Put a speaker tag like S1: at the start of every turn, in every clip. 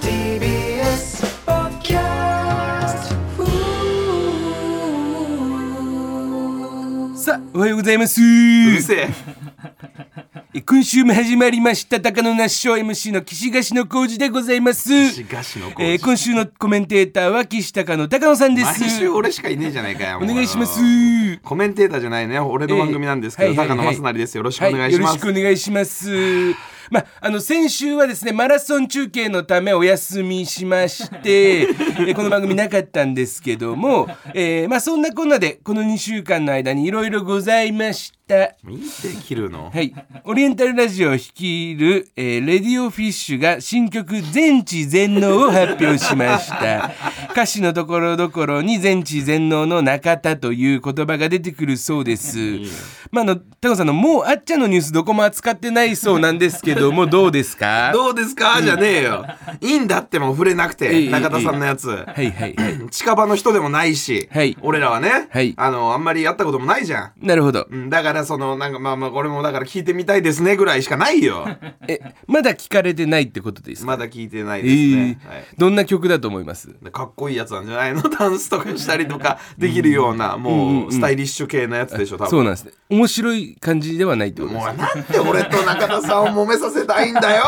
S1: TBS ポッドキャストうー
S2: さあ、おはようございます。
S3: うるせえ
S2: え今週も始まりました、高野那須 MC の岸菓子の工事でございます。
S3: しがしの工事
S2: えー今週のコメンテーターは岸高野高野さんです。
S3: 毎週俺しかいねえじゃないかよ
S2: お
S3: もう
S2: 願いします。
S3: コメンテーターじゃないね俺の番組なんですけど、
S2: ええはいはい
S3: 高
S2: はい
S3: 野正成ですよろしくお願
S2: は
S3: いします、
S2: い、よろしくお願いします。まあ、あの先週はですねマラソン中継のためお休みしまして えーこの番組なかったんですけども、えーまあ、そんなこんなでこの2週間の間にいろいろございました。
S3: 見て切るの、
S2: はい、オリエンタルラジオを率いる、えーレディオフィッシュが新曲「全知全能」を発表しま した歌詞のところどころに「全知全能の中田」という言葉が出てくるそうですまああのタコさんのもうあっちゃんのニュースどこも扱ってないそうなんですけどもどうですか
S3: どうですかじゃねえよ、いいんだってもう触れなくて、
S2: ええ
S3: 中田さんのやつ、
S2: はいはいはい
S3: 近場の人でもないし、
S2: はい
S3: 俺らはね、
S2: はい
S3: あのあんまり会ったこともないじゃん
S2: なるほど
S3: うんだからそのなんかまあまあこれもだから聞いてみたいですねぐらいしかない よ
S2: えまだ聞かれてないってことですか、
S3: まだ聞いてない
S2: え
S3: ですね、
S2: ー
S3: はい
S2: どんな曲だと思います
S3: でかっこいいやつなんじゃないのダンスとかしたりとかできるような、もうスタイリッシュ系のやつでしょ多分
S2: そうなんですね面白い感じではないってことです
S3: もうなんで俺と中田さんを揉めさせたいんだよ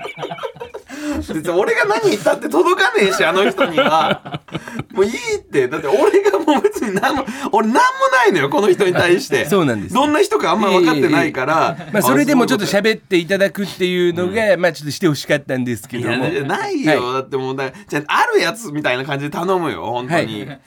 S3: 別に俺が何言ったって届かねえしあの人にはもういいってだって俺がもう別に何も俺何もないのよこの人に対して
S2: そうなんです
S3: どんな人かあんま分かってないから、
S2: まあ、それでもちょっと
S3: しゃ
S2: 喋っていただくっていうのが、まあちょっとしてほしかったんですけ
S3: い
S2: ど
S3: や
S2: も、
S3: ないよ、
S2: は
S3: だってもうだじゃああるやつみたいな感じで頼むよ本当に、
S2: はい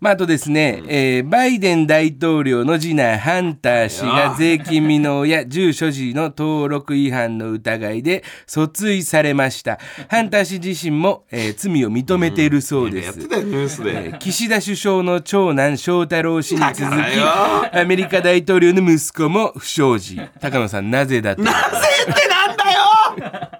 S2: まあ、あとですね、えーバイデン大統領の次男ハンター氏が税金未納 や住所時の登録違反の疑いで訴追されましたハンター氏自身も、えー罪を認めているそうで
S3: やっ
S2: す、
S3: てたよニュースで
S2: えー岸田首相の長男翔太郎氏に続き
S3: だからよ
S2: アメリカ大統領の息子も不祥事高野さんなぜだと
S3: なぜってなんだよ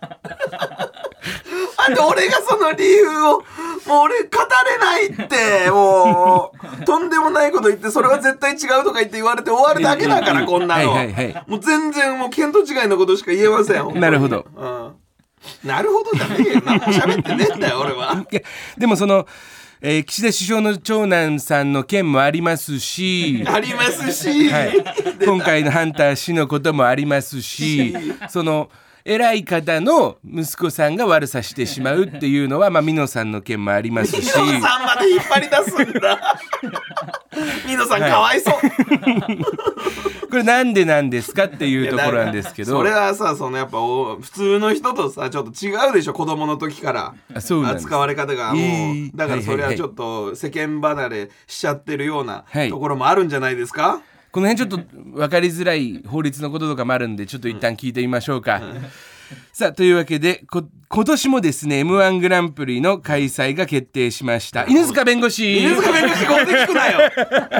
S3: あと俺がその理由をもう俺語れないってもうとんでもないこと言ってそれは絶対違うとか言って言われて終わるだけだからこんなの、
S2: はいはいは
S3: もう全然もう見当違いのことしか言えません本当に
S2: なるほど
S3: うん、なるほどじゃねえよ何も喋ってねえんだよ俺 はい
S2: やでもその、えー岸田首相の長男さんの件もありますし、
S3: ありますし、
S2: はい、今回のハンター氏のこともありますしその偉い方の息子さんが悪さしてしまうっていうのは、まあ、美濃さんの件もあります
S3: ミ
S2: し
S3: ノ。さんまで引っ張り出すん だミノさんかわいそう、
S2: これなんでなんですかっていうところなんですけ
S3: いや
S2: ど
S3: だからそれはさそのやっぱお普通の人とさちょっと違うでしょ子供の時から
S2: あそうなんです
S3: 扱われ方がもう、
S2: えー
S3: だからそれ
S2: はいはいは
S3: はいちょっと世間離れしちゃってるような
S2: はい
S3: ところもあるんじゃないですか、
S2: この辺ちょっと分かりづらい法律のこととかもあるんでちょっと一旦聞いてみましょうか。さあというわけでこ今年もですね m 1グランプリの開催が決定しました犬塚弁護士
S3: 犬塚弁護士ここで聞くなよ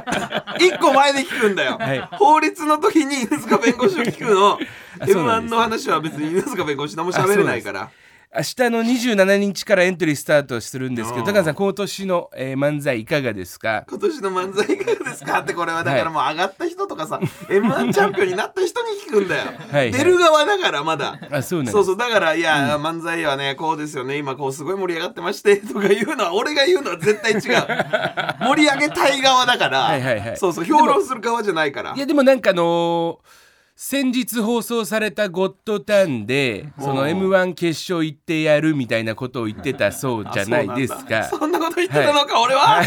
S3: 一個前で聞くんだよ、
S2: い
S3: 法律の時に犬塚弁護士を聞くの m
S2: そうな
S3: 1
S2: んです
S3: の話は別に犬塚弁護士何も喋れないから
S2: 明日の27日からエントリースタートするんですけど
S3: うん
S2: 高野さん今年の、えー漫才いかがですか
S3: 今年の漫才いかがですかってこれはだからもう上がった人とかさ、m 1チャンピオンになった人に聞くんだよ、
S2: はい
S3: 出る側だからまだ
S2: あそうなんです
S3: そうそうだからいや、漫才はねこうですよね今こうすごい盛り上がってましてとか言うのは俺が言うのは 絶対違う盛り上げたい側だから
S2: はいはいはい
S3: そうそう評論する側じゃないから
S2: いやでもなんかあのー先日放送された「ゴッドタン」でその m 1決勝行ってやるみたいなことを言ってたそうじゃないです
S3: あ
S2: か
S3: そうなんだそんなこと言ってたのか、俺は、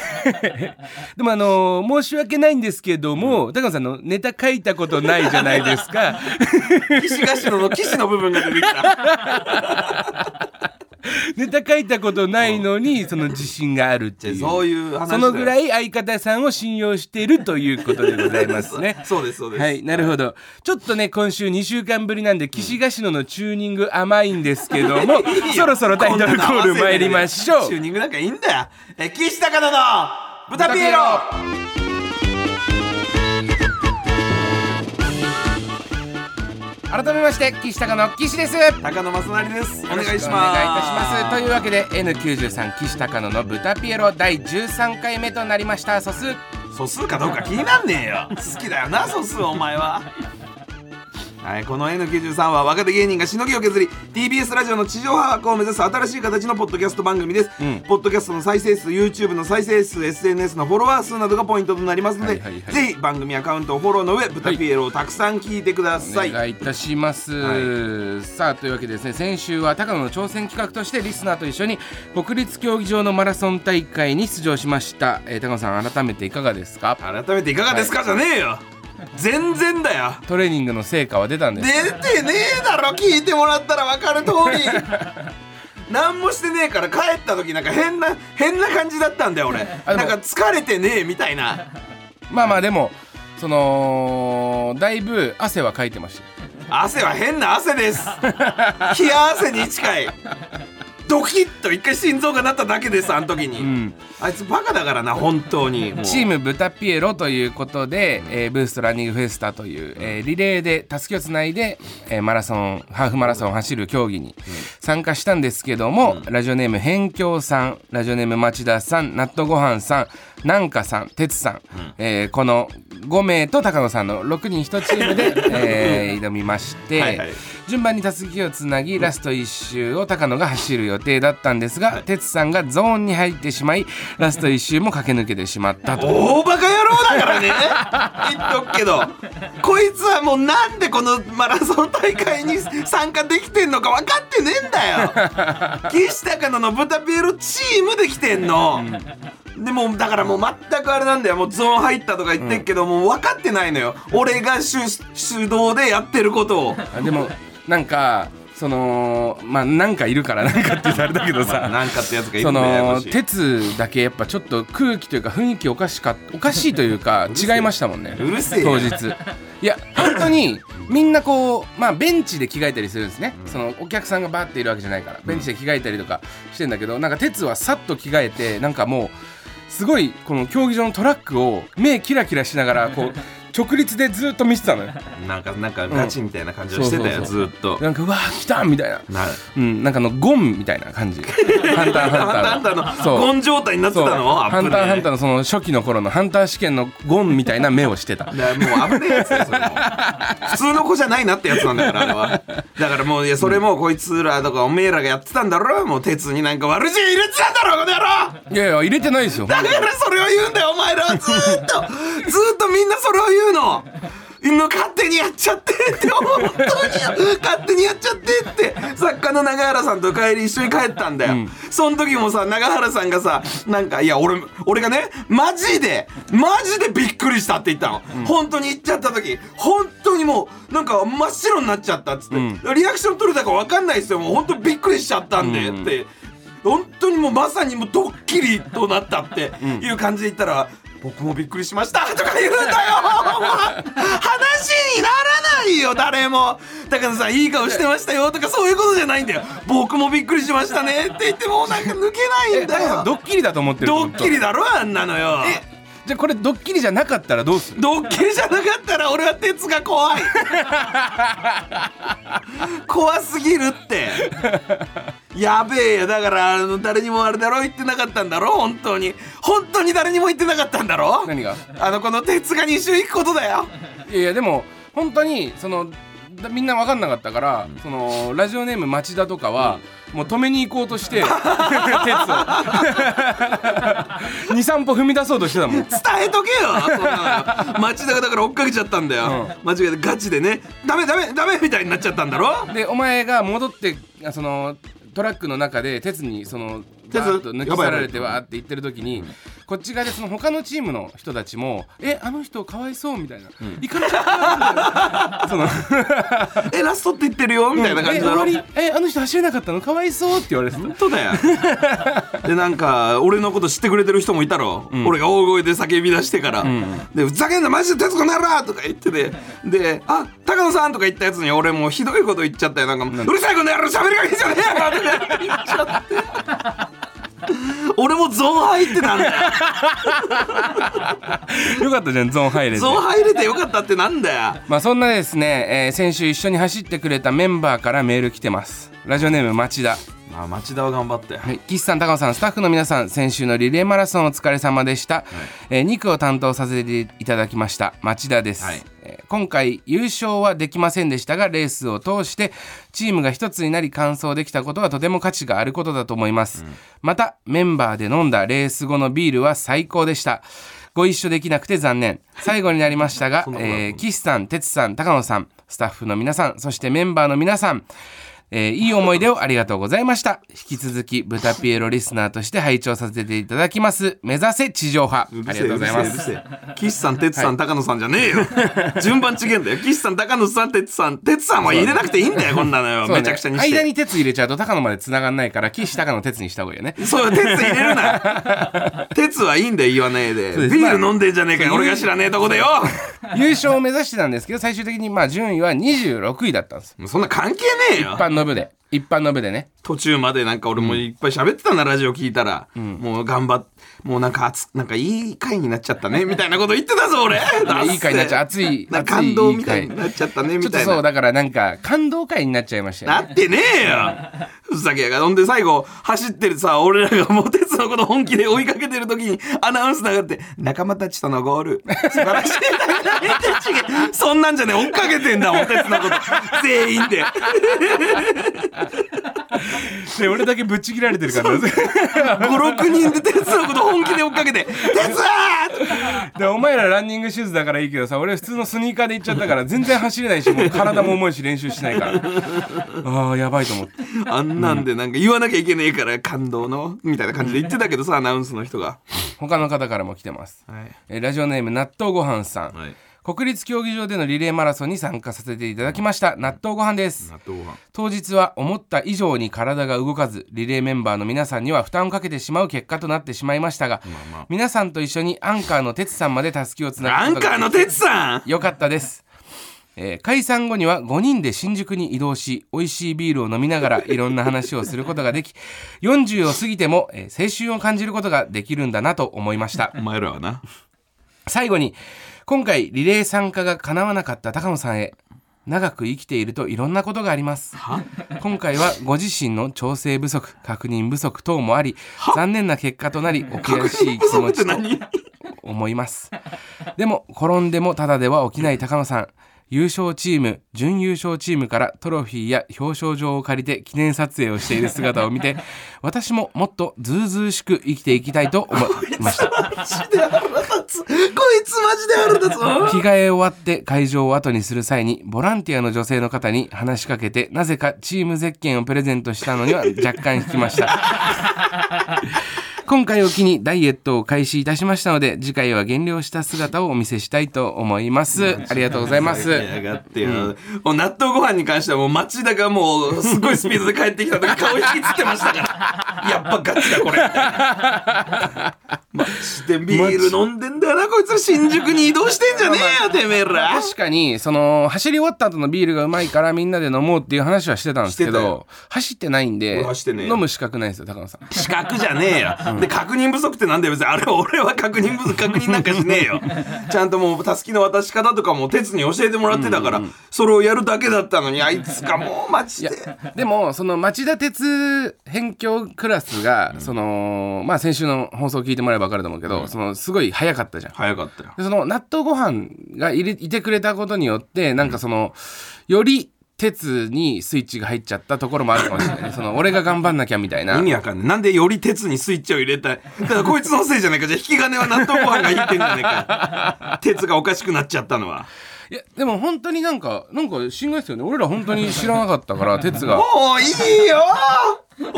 S2: でもあのー申し訳ないんですけども、高野さんのネタ書いたことないじゃないです か
S3: 岸頭の岸の部分が出 てきた
S2: ネタ書いたことないのにその自信があるっていう
S3: そういう話
S2: そのぐら
S3: い
S2: い相方さんを信用しているということでございますね
S3: そうですそうです
S2: はいなるほどちょっとね今週2週間ぶりなんで岸ヶ野のチューニング甘いんですけども
S3: いいよ
S2: そろそろタイトルコール参りましょ
S3: こんなの合わせてねチュー
S2: う
S3: ニングなんかいいんだよ。え、岸高野の豚ピエロ
S2: 改めまして岸高野岸です
S3: 高野正成です。お
S2: お願い
S3: 願いします。
S2: いたしますというわけで N93 岸高野の豚ピエロ第13回目となりました素数
S3: 素数かどうか気になんねえよ。好きだよな、素数お前は。はい、この N93 は若手芸人がしのぎを削り TBS ラジオの地上波枠を目指す新しい形のポッドキャスト番組です、
S2: うん
S3: ポッドキャストの再生数 YouTube の再生数 SNS のフォロワー数などがポイントとなりますので、
S2: はいはいはい
S3: ぜひ番組アカウントをフォローの上「ブタピエロ」をたくさん聞いてください、
S2: お願いいたします、さあというわけでですね先週は高野の挑戦企画としてリスナーと一緒に国立競技場のマラソン大会に出場しました、えー、高野さん改めていかがですか
S3: 改めていかがですか、じゃねえよ全然だよ
S2: トレーニングの成果は出たんですか
S3: 出てねえだろ聞いてもらったら分かる通り何もしてねえから帰った時なんか変な変な感じだったんだよ俺
S2: あでも
S3: なんか疲れてねえみたいな
S2: まあまあでもそのだいぶ汗はかいてました
S3: 汗は変な汗です冷や汗に近いドキッと一回心臓がなっただけですあの時に、
S2: ん
S3: あいつバカだからな本当にもう
S2: チームブタピエロということで、えーブーストランニングフェスタという、えーリレーでたすきをつないで、えーマラソンハーフマラソンを走る競技に参加したんですけども、ラジオネーム辺境さんラジオネーム町田さん納豆ごはんさん南花さん哲さん、えーこの5名と高野さんの6人1チーム で、えー挑みまして
S3: はいはい
S2: 順番にたすきをつなぎラスト1周を高野が走る予定だったんですが哲さんがゾーンに入ってしまいラスト1周も駆け抜けてしまったと。
S3: 大バカ野郎だからね言っとくけどこいつはもうなんでこのマラソン大会に参加できてんのか分かってねえんだよ岸高野の豚ピエロチームできてんの、でもだからもう全くあれなんだよもうゾーン入ったとか言ってっけど、もう分かってないのよ俺が主主導でやってることを
S2: あでもなんかそのまあなんかいるからなんかって言うとあれだけどさ
S3: なんかってやつがいる
S2: そ
S3: んだよ
S2: の鉄だけやっぱちょっと空気というか雰囲気おかしかおかしいというか違いましたもんね
S3: うるせえよ
S2: 当日 いや本当にみんなこうまあベンチで着替えたりするんですね、そのお客さんがバーっているわけじゃないからベンチで着替えたりとかしてんだけどなんか鉄はさっと着替えてなんかもうすごいこの競技場のトラックを目キラキラしながら こう直立でずっと見てたのよ
S3: なんかなんかガチみたいな感じをしてたよ、
S2: うん
S3: ず
S2: そ
S3: ーっと
S2: なんかうわー来たみたいな
S3: な
S2: うん、なんかあのゴンみたいな感じ。ハンター
S3: ハンター
S2: ハ
S3: ハ
S2: ン
S3: ン
S2: ター
S3: タ
S2: の。
S3: ーのゴン状態になって
S2: そう
S3: たの
S2: ハンターハンターのその初期の頃のハンター試験のゴンみたいな目をしてた。
S3: だからもう危ねえやつだよそれも普通の子じゃないなってやつなんだから あれはだからもういやそれもこいつらとかおめえらがやってたんだろもう鉄になんか悪知恵入れてたんだろこの野郎
S2: いやいや、入れてないですよ。
S3: だからそれを言うんだよお前らはずーっとずーっとみんなそれを言うのの勝手にやっちゃってって本当に勝手にやっちゃってって作家の永原さんと帰り一緒に帰ったんだよ、その時もさ永原さんがさなんかいや俺俺がねマジでマジでびっくりしたって言ったの、本当に言っちゃった時本当にもうなんか真っ白になっちゃったっつって、リアクション取れたか分かんないですよもう本当びっくりしちゃったんでって。本当にもうまさにもうドッキリとなったっていう感じで言ったら、僕もびっくりしましたとか言うんだよ話にならないよ誰も高野さんいい顔してましたよとかそういうことじゃないんだよ僕もびっくりしましたねって言ってもうなんか抜けないんだよ
S2: ドッキリだと思ってる。
S3: ドッキリだろあんなのよ
S2: じゃあこれドッキリじゃなかったらどう する
S3: ドッキリじゃなかったら俺は鉄が怖い怖すぎるってやべえよだからあの誰にもあれだろ言ってなかったんだろ本当に本当に誰にも言ってなかったんだろ
S2: 何が
S3: あのこの鉄が2周行くことだよ
S2: いやいや、でも本当にその、だみんな分かんなかったから、そのラジオネーム町田とかは、もう止めに行こうとして、鉄を。2、3歩踏み出そうとしてたもん。
S3: 伝えとけよそんなの町田がだから追っかけちゃったんだよ、間違えてガチでねダメダメダメみたいになっちゃったんだろ
S2: でお前が戻ってあそのトラックの中で鉄にその
S3: 鉄
S2: バーッと抜き去られて
S3: やばい
S2: わーって言ってる時に、こっち側でその他のチームの人たちも「えあの人かわいそう」みたいな「行かれちゃった」みたいなその
S3: えラストって言ってるよみたいな感じだろ、
S2: え終わりえあの人走れなかったのかわいそう」って言 われてた
S3: 本当だよでなんか俺のこと知ってくれてる人もいたろ、俺が大声で叫び出してから「でふざけんなマジで徹子なら!」とか言っててで「あ高野さん」とか言ったやつに俺もうひどいこと言っちゃったよなんか「うるさいこの野郎喋りかけんじゃねえよ!」とか言っちゃって。俺もゾーン入ってたんだよ
S2: よかったじゃんゾーン入れて
S3: ゾーン入れてよかったってなんだよ
S2: まあそんなですね、えー先週一緒に走ってくれたメンバーからメール来てますラジオネーム町田
S3: あ町田は頑張って
S2: はい、岸さん、高野さん、スタッフの皆さん、先週のリレーマラソンお疲れ様でした。えー、2区を担当させていただきました、町田です。
S3: はい
S2: えー今回、優勝はできませんでしたが、レースを通して、チームが一つになり完走できたことはとても価値があることだと思います。また、メンバーで飲んだレース後のビールは最高でした。ご一緒できなくて残念。最後になりましたが、
S3: そんなことあるの
S2: えー、岸さん、哲さん、高野さん、スタッフの皆さん、そしてメンバーの皆さん、えーいい思い出をありがとうございました。引き続き、ブタピエロリスナーとして拝聴させていただきます。目指せ地上波。ありがとうございます。
S3: す。岸さん、哲さん、高野さんじゃねえよ。順番違えんだよ。岸さん、高野さん、哲さん、哲さんは入れなくていいんだよ、こんなのよ。
S2: そうね
S3: めちゃくちゃにし
S2: 間
S3: て。
S2: に鉄入れちゃうと高野まで繋がんないから、岸高野鉄にした方がいいよ ね。
S3: そう、鉄入れるな。鉄はいいんだよ、言わねえで。
S2: うです
S3: ビール飲んでんじゃねえかよ、俺が知らねえとこでよ。
S2: 優勝を目指してたんですけど、最終的にまあ順位は26位だったんです。
S3: もうそんな関係ねえ
S2: 一
S3: よ。
S2: 般の部で。一般の部でね。
S3: 途中までなんか俺もいっぱい喋ってたな、ラジオ聞いたら。もう頑張っ、もうなんか熱、なんかいい回になっちゃったね、みたいなこと言ってたぞ、俺。
S2: いい回になっちゃう。熱い、
S3: なんか
S2: 熱い
S3: 感動
S2: い
S3: み
S2: い
S3: たい
S2: 回。ち
S3: になっちゃったね、
S2: ょ
S3: み
S2: っと
S3: たいな
S2: そう、。だからなんか、感動回になっちゃいましたよね
S3: なってねえ よふざけやがってほんで最後走ってるさ俺らがもう鉄のこと本気で追いかけてる時にアナウンス流れて「仲間たちとのゴール素晴らしい」 そんなんじゃねえ追っかけてんだもん鉄のこと全員で
S2: で俺だけぶっち切られてるから
S3: 56人で鉄のこと本気で追っかけて「鉄だ!」
S2: でお前らランニングシューズだからいいけどさ俺普通のスニーカーで行っちゃったから全然走れないしもう体も重いし練習しないからああやばいと思って
S3: あんなんでなんか言わなきゃいけねえから感動のみたいな感じで言ってたけどさアナウンスの人が。
S2: 他の方からも来てます、
S3: はい
S2: えーラジオネーム納豆ごはんさん、
S3: はい
S2: 国立競技場でのリレーマラソンに参加させていただきました納豆ごはんです、
S3: 納豆ご飯
S2: 当日は思った以上に体が動かずリレーメンバーの皆さんには負担をかけてしまう結果となってしまいましたが、皆さんと一緒にアンカーの哲さんまでたすきをつなぐ
S3: アン
S2: ことができ
S3: カーの鉄さん
S2: よかったです。えー解散後には5人で新宿に移動し美味しいビールを飲みながらいろんな話をすることができ40を過ぎても、えー青春を感じることができるんだなと思いました
S3: お前らはな
S2: 最後に今回リレー参加が叶わなかった高野さんへ長く生きているといろんなことがあります今回はご自身の調整不足確認不足等もあり残念な結果となりお悔しい 気持ちと
S3: 何
S2: 思いますでも転んでもただでは起きない高野さん優勝チーム準優勝チームからトロフィーや表彰状を借りて記念撮影をしている姿を見て私ももっとずうずうしく生きていきたいと思いました
S3: マジで 腹立つこいつマジで腹立つ
S2: 着替え終わって会場を後にする際にボランティアの女性の方に話しかけてなぜかチームゼッケンをプレゼントしたのには若干引きました今回を機にダイエットを開始いたしましたので次回は減量した姿をお見せしたいと思いますありがとうございます
S3: やがってよ、もう納豆ご飯に関してはもう町田がもうすごいスピードで帰ってきた時顔引きつってました からやっぱガチだこれマジでビール飲んでんだよなこいつら新宿に移動してんじゃねえよてめえら
S2: 確かにその走り終わった後のビールがうまいからみんなで飲もうっていう話はしてたんですけ
S3: してた
S2: ど
S3: よ
S2: 走ってないんで
S3: 俺走ってねえよ
S2: 飲む資格ないですよ高野さん
S3: 資格じゃねえよ、で確認不足ってなんだよ別にあれ俺は確認不足確認なんかしねえよちゃんともうたすきの渡し方とかも鉄に教えてもらってたから、それをやるだけだったのにあいつがもうマジ
S2: いや
S3: で
S2: でもその町田鉄辺境クラスが、そのまあ先週の放送聞いてもらえば分かると思うけど、そのすごい早かったじゃん。
S3: 早かったよ
S2: でその納豆ご飯がいれいてくれたことによってなんかその、より鉄にスイッチが入っちゃったところもあるかもしれないねその俺が頑張んなきゃみたいな
S3: 意味わかんないなんでより鉄にスイッチを入れたいだからこいつのせいじゃないかじゃあ引き金は納豆ご飯が引いてんじゃないか鉄がおかしくなっちゃったのはい
S2: やでも本当になんかなんか心外ですよね俺ら本当に知らなかったから鉄 が
S3: もういいよ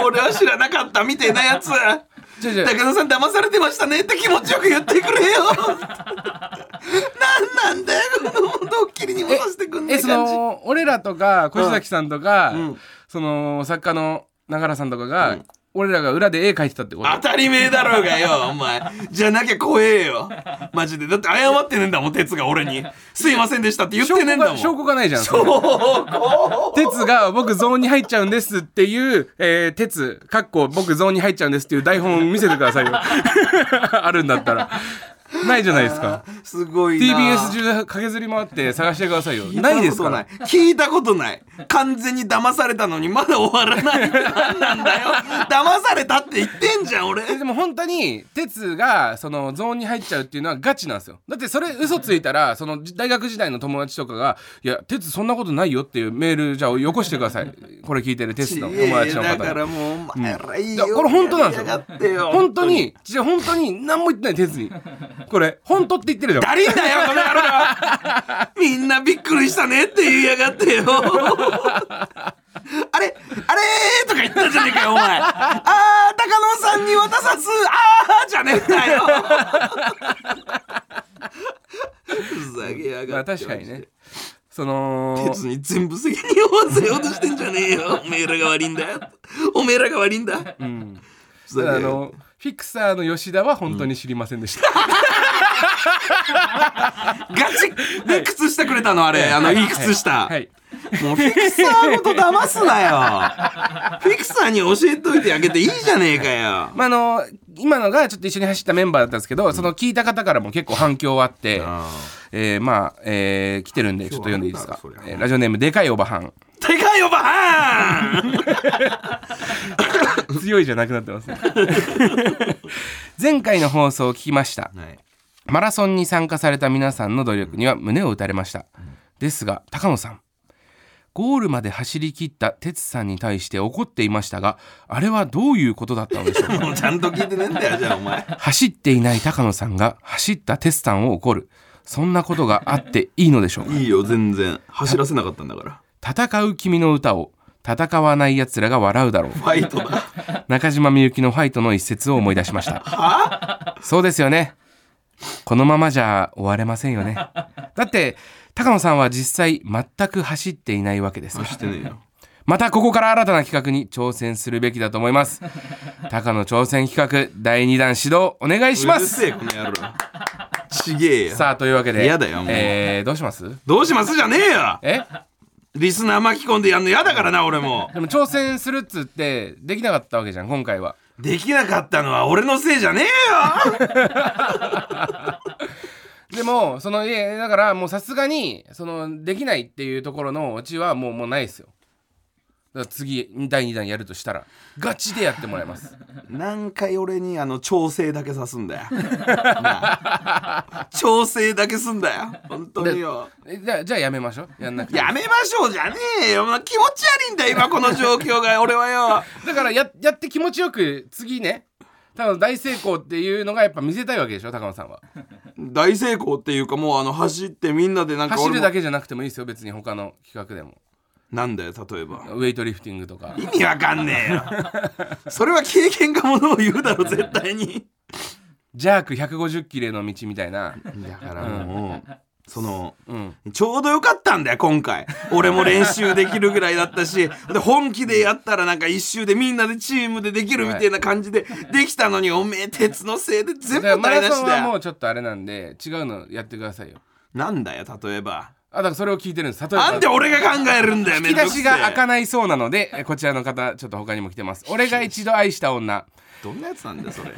S3: 俺は知らなかったみたいなやつ
S2: 違う違う
S3: 高野さん騙されてましたねって気持ちよく言ってくれよなんなんだよこのドッキリにもさせてくんな
S2: え
S3: い
S2: そ
S3: 感じ
S2: の俺らとか越崎さんとか、
S3: ん
S2: その作家の永原さんとかが、俺らが裏で絵描いてたってこと
S3: 当たり前だろうがよお前じゃなきゃ怖えよマジでだって謝ってねえんだもん鉄が俺にすいませんでしたって言っ
S2: 証
S3: てね
S2: 拠
S3: えんだも
S2: が
S3: ん
S2: 証拠がないじゃんそれ鉄が僕ゾーンに入っちゃうんですっていう、えー、鉄 かっこ僕ゾーンに入っちゃうんですっていう台本見せてくださいよあるんだったらないじゃないですか
S3: すごいな
S2: TBS 中で駆けずり回って探してくださいよないですか
S3: 聞いたことない聞いたことない完全に騙されたのにまだ終わらないって何なんだよ騙されたって言ってんじゃん俺
S2: でも本当に鉄がそのゾーンに入っちゃうっていうのはガチなんですよだってそれ嘘ついたらその大学時代の友達とかが「いや鉄そんなことないよ」っていうメールじゃあよこしてくださいこれ聞いてる鉄の友達の
S3: いや
S2: 方
S3: いやだ
S2: に
S3: からもうお前らいいよ、
S2: いやこれ本当なんですよ
S3: やりやがってよ
S2: 本当にじゃあ本当に何も言ってない鉄にこれ本当って言ってるじゃん
S3: だりんだよこの野郎みんなびっくりしたねって言いやがってよあれあれーとか言ったじゃねえかよお前あー高野さんに渡さすあーじゃねえんだよふざけやがって
S2: まあ確かにねその
S3: 別に全部責任を負わせようとしてんじゃねえよおめえらが悪いんだよおめえらが悪いんだ、
S2: ん
S3: ふざけやが
S2: あ
S3: って
S2: のフィクサーの吉田は本当に知りませんでした、
S3: ガチで靴下くれたのあれ、あのいい靴下、
S2: はい
S3: もうフィクサーごと騙すなよ。フィクサーに教えといてあげていいじゃねえかよ。
S2: まあ、あの今のがちょっと一緒に走ったメンバーだったんですけど、その聞いた方からも結構反響あって、えーまあ、えー来てるんでちょっと読んでいいですか
S3: そうなんだ、そり
S2: えーラジオネームでかいおばは ん
S3: でかいおばはん
S2: 強いじゃなくなってますね 前回の放送を聞きましたマラソンに参加された皆さんの努力には胸を打たれましたですが高野さんゴールまで走り切った哲さんに対して怒っていましたがあれはどういうことだったのでしょうか
S3: もうちゃんと聞いてねえんだよ、じゃあお前。
S2: 走っていない高野さんが走ったテスさんを怒るそんなことがあっていいのでしょう
S3: いいよ、全然。走らせなかったんだから。
S2: か戦う君の歌を戦わない奴らが笑うだろう
S3: ファイトだ。
S2: 中島みゆきのファイトの一節を思い出しましたそうですよねこのままじゃ終われませんよねだって高野さんは実際全く走っていないわけですから
S3: 走ってねえよ。
S2: またここから新たな企画に挑戦するべきだと思います高野挑戦企画第2弾指導お願いしま
S3: うる
S2: す
S3: せえ、この野郎。ちげえよ。
S2: さあというわけで
S3: 嫌だよもう
S2: えーどうします
S3: どうしますじゃねえよ
S2: え
S3: リスナー巻き込んでやんの嫌だからな、俺も。
S2: でも挑戦するっつってできなかったわけじゃん今回は
S3: できなかったのは俺のせいじゃねえよ
S2: でもそのいやだからもうさすがにそのできないっていうところのオチはもうもうないですよだから次第2弾やるとしたらガチでやってもらいます
S3: 何回俺にあの調整だけさすんだよ なあ調整だけすんだよ本当によ
S2: えじゃあじゃあやめましょうやんなくて
S3: やめましょうじゃねえよ、まあ、気持ち悪いんだよ今この状況が 俺はよ
S2: だからややって気持ちよく次ね多分大成功っていうのがやっぱ見せたいわけでしょ高野さんは
S3: 大成功っていうかもうあの走ってみんなでなんか
S2: 走
S3: 俺
S2: る
S3: も
S2: だけじゃなくてもいいですよ別に他の企画でも
S3: なんだよ例えば
S2: ウェイトリフティングとか
S3: 意味わかんねえよそれは経験がものを言うだろ絶対に
S2: ジャーク150キロの道みたいな
S3: だからもう、その
S2: うん
S3: ちょうどよかったんだよ今回俺も練習できるぐらいだったしで本気でやったらなんか一周でみんなでチームでできるみたいな感じでできたのにおめえ鉄のせいで全部
S2: だからマ
S3: 台無
S2: ラソ
S3: し
S2: ン
S3: だ
S2: はも
S3: よ
S2: うちょっとあれなんで違うのやってくださいよ
S3: なんだよ例えば
S2: あだからそれを聞いてるんです例えば
S3: なんで俺が考えるんだよめ
S2: 引
S3: ん
S2: き
S3: どく
S2: 出
S3: せ
S2: し
S3: え
S2: が開かないそうなのでえこちらの方ちょっと他にも来てます俺が一度愛した女
S3: どんなやつなんだよそれ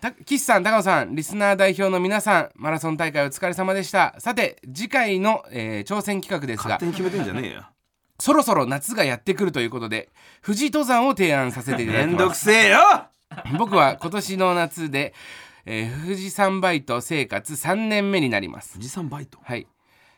S2: た岸さん高野さんリスナー代表の皆さんマラソン大会お疲れ様でしたさて次回の、えー挑戦企画ですが
S3: 勝手に決めてんじゃ ねえよ
S2: そろそろ夏がやってくるということで富士登山を提案させていただ
S3: め
S2: き
S3: んど
S2: ま
S3: く
S2: す
S3: せえよ
S2: 僕は今年の夏で、えー富士山バイト生活3年目になります
S3: 富士山バイト
S2: はい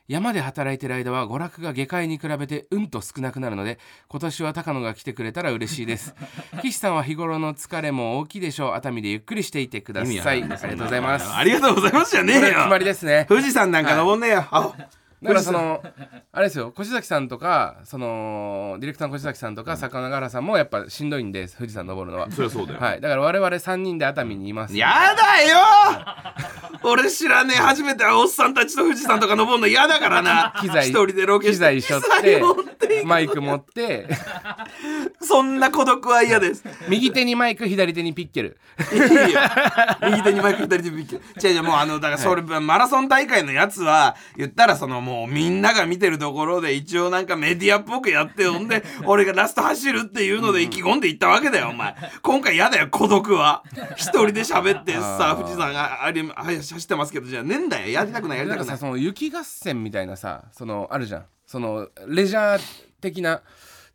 S2: 山で働いてる間は娯楽が下界に比べてうんと少なくなるので今年は高野が来てくれたら嬉しいです 岸さんは日頃の疲れも大きいでしょう熱海でゆっくりしていてくださいありがとうございます
S3: ありがとうございますじゃね
S2: こ
S3: え
S2: れ決ま
S3: よ
S2: りですね
S3: 富士山なんか登んねえよアホ
S2: だからそのあれですよ越崎さんとかそのディレクターの越崎さんとか坂永原さんもやっぱしんどいんです富士山登るのは
S3: りゃそうだよ
S2: はいだから我々3人で熱海にいます
S3: やだよ俺知らねえ初めておっさんたちと富士山とか登るの嫌だからな
S2: 機材
S3: 一人でロケ
S2: 機
S3: して
S2: 材しょっ
S3: 機材持って
S2: てマイク持って
S3: そんな孤独は嫌です
S2: 右手にマイク左手にピッケル
S3: いいよ右手にマイク左手にビッケ違う違うもうあのだからそれ、マラソン大会のやつは言ったらそのもうみんなが見てるところで一応なんかメディアっぽくやってほんで俺がラスト走るっていうので意気込んでいったわけだよお前今回嫌だよ孤独は一人で喋ってさ富士山があり走ってますけどじゃあねえんだよやりたくないやり
S2: な
S3: た
S2: ん
S3: く
S2: か
S3: な
S2: さ
S3: い
S2: その雪合戦みたいなさそのあるじゃんそのレジャー的な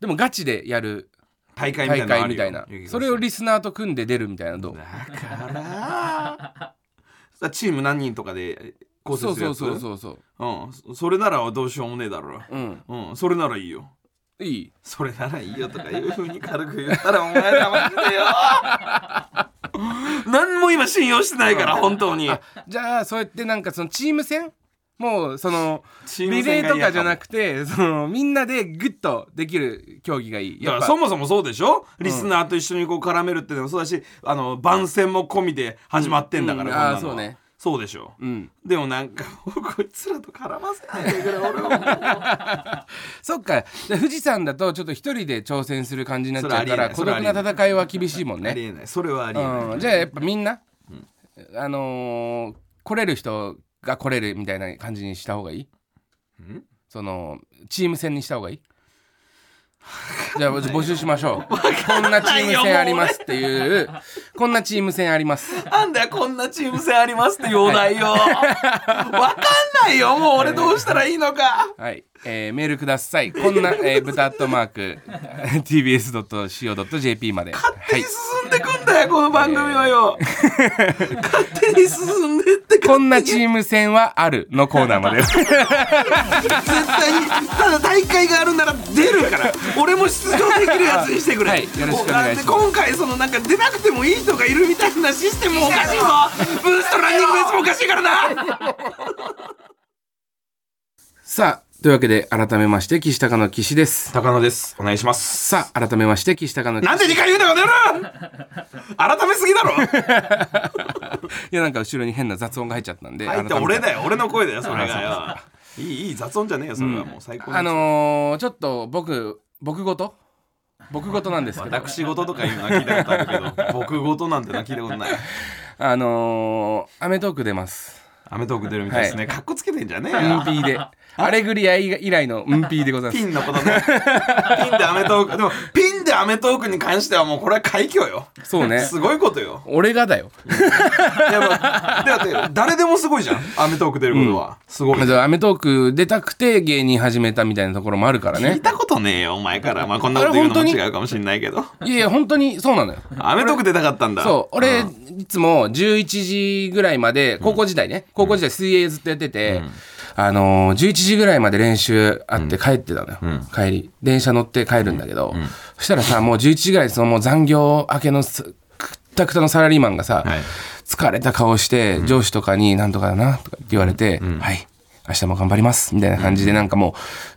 S2: でもガチでやる
S3: 大会み
S2: 大
S3: たいなの
S2: 会
S3: ある
S2: み
S3: よ
S2: たいなそれをリスナーと組んで出るみたいなのどう
S3: だからさチーム何人とかで構
S2: そ
S3: 成
S2: う
S3: する
S2: そ
S3: や
S2: うそう
S3: つ
S2: そうそう
S3: うんそそれならどうしようもねえだろ
S2: うん
S3: うん、それならいいよ。
S2: いい
S3: それならいいよとかいうふうに軽く言ったらお前らマジでよ 何も今信用してないから本当に
S2: じゃあそうやってなんかそのチーム戦もうその
S3: チーム
S2: リレー
S3: 戦が嫌か
S2: と
S3: も
S2: かじゃなくてそのみんなでグッとできる競技がいい
S3: いや
S2: やっぱ
S3: そもそもそうでしょリスナーと一緒にこう絡めるっていうのもそうだしあの番宣も込みで始まってんだか
S2: うん
S3: ら、こんなの
S2: あーそうね
S3: そうでしょ
S2: うん
S3: でもなんかもうこいつらと絡ませないでく れ俺はも
S2: そっかで富士山だとちょっと一人で挑戦する感じになっちゃうから孤
S3: それあ
S2: 独
S3: りえない
S2: な戦いは厳しいもん
S3: うあり
S2: ね
S3: えないそれはありえない、
S2: うんじゃあやっぱみんなあのー来れる人が来れるみたいな感じにした方がいい
S3: ん
S2: そのチーム戦にした方がいいじゃあ募集しましょうこんなチーム戦ありますっていうこんなチーム戦あります
S3: なんだよこんなチーム戦ありますっていうお題 よわかんないよもう俺どうしたらいいのか
S2: はい、えーメールください。こんな、えー、豚アットマーク、tbs.co.jp まで。
S3: 勝
S2: は
S3: 手
S2: い
S3: に。進んでくんだよ、この番組はよ。勝手に進んでってか、
S2: こんなチーム戦はあるのコーナーまで。
S3: 絶対に。ただ大会があるなら出るから、俺も出場できるやつにしてくれ。
S2: はいよろしくお願いします
S3: おなんで今回、そのなんか出なくてもいい人がいるみたいなシステムもおかしいぞ。ブーストランニングベースもおかしいからな。
S2: さあ、というわけで、改めまして、岸高の岸です。
S3: 高野です。お願いします。
S2: さあ、改めまして、岸高の岸
S3: なんで2回言うたかねな改めすぎだろ
S2: いや、なんか後ろに変な雑音が入っちゃったんで。
S3: 相手
S2: 改めて
S3: 俺だよ、俺の声だよ、それがよ。いい、いい雑音じゃねえよ、それはもう最高の
S2: あのーちょっと僕、僕ごと僕ごとなんですけど。
S3: 私事とかいうのは聞いたことあるけど僕事なんてのは聞いたことない
S2: あのーアメトーク出ます。
S3: アメトーク出るみたいですね、かっこつけてんじゃねえ
S2: うん
S3: よ
S2: ぴー で。アレグリア以来のうんぴーでございます
S3: ピ。ンのことねピンでアメトークでもピンでアメトークに関してはもうこれは快挙よ
S2: そうね。
S3: すごいことよ
S2: 俺がだよ。
S3: いやまあだって誰でもすごいじゃんアメトーク出ることは、すごい
S2: まずアメトーク出たくて芸人始めたみたいなところもあるから
S3: 聞
S2: ね
S3: い。たことねえよお前からまあこんなこと言うのも違うかもしんないけど
S2: いやいや、本当にそうなのよ。
S3: アメトーク出たかったんだ
S2: そう、俺、いつも11時ぐらいまで、高校時代ね、高校時代水泳ずっとやってて、あのー、11時ぐらいまで練習あって帰ってたのよ。帰り。電車乗って帰るんだけど、そしたらさ、もう11時ぐらいでそのもう残業明けのすくったくたのサラリーマンがさ、
S3: はい
S2: 疲れた顔して、上司とかになんとかだな、とかって言われて、はい、明日も頑張ります、みたいな感じで、なんかもう、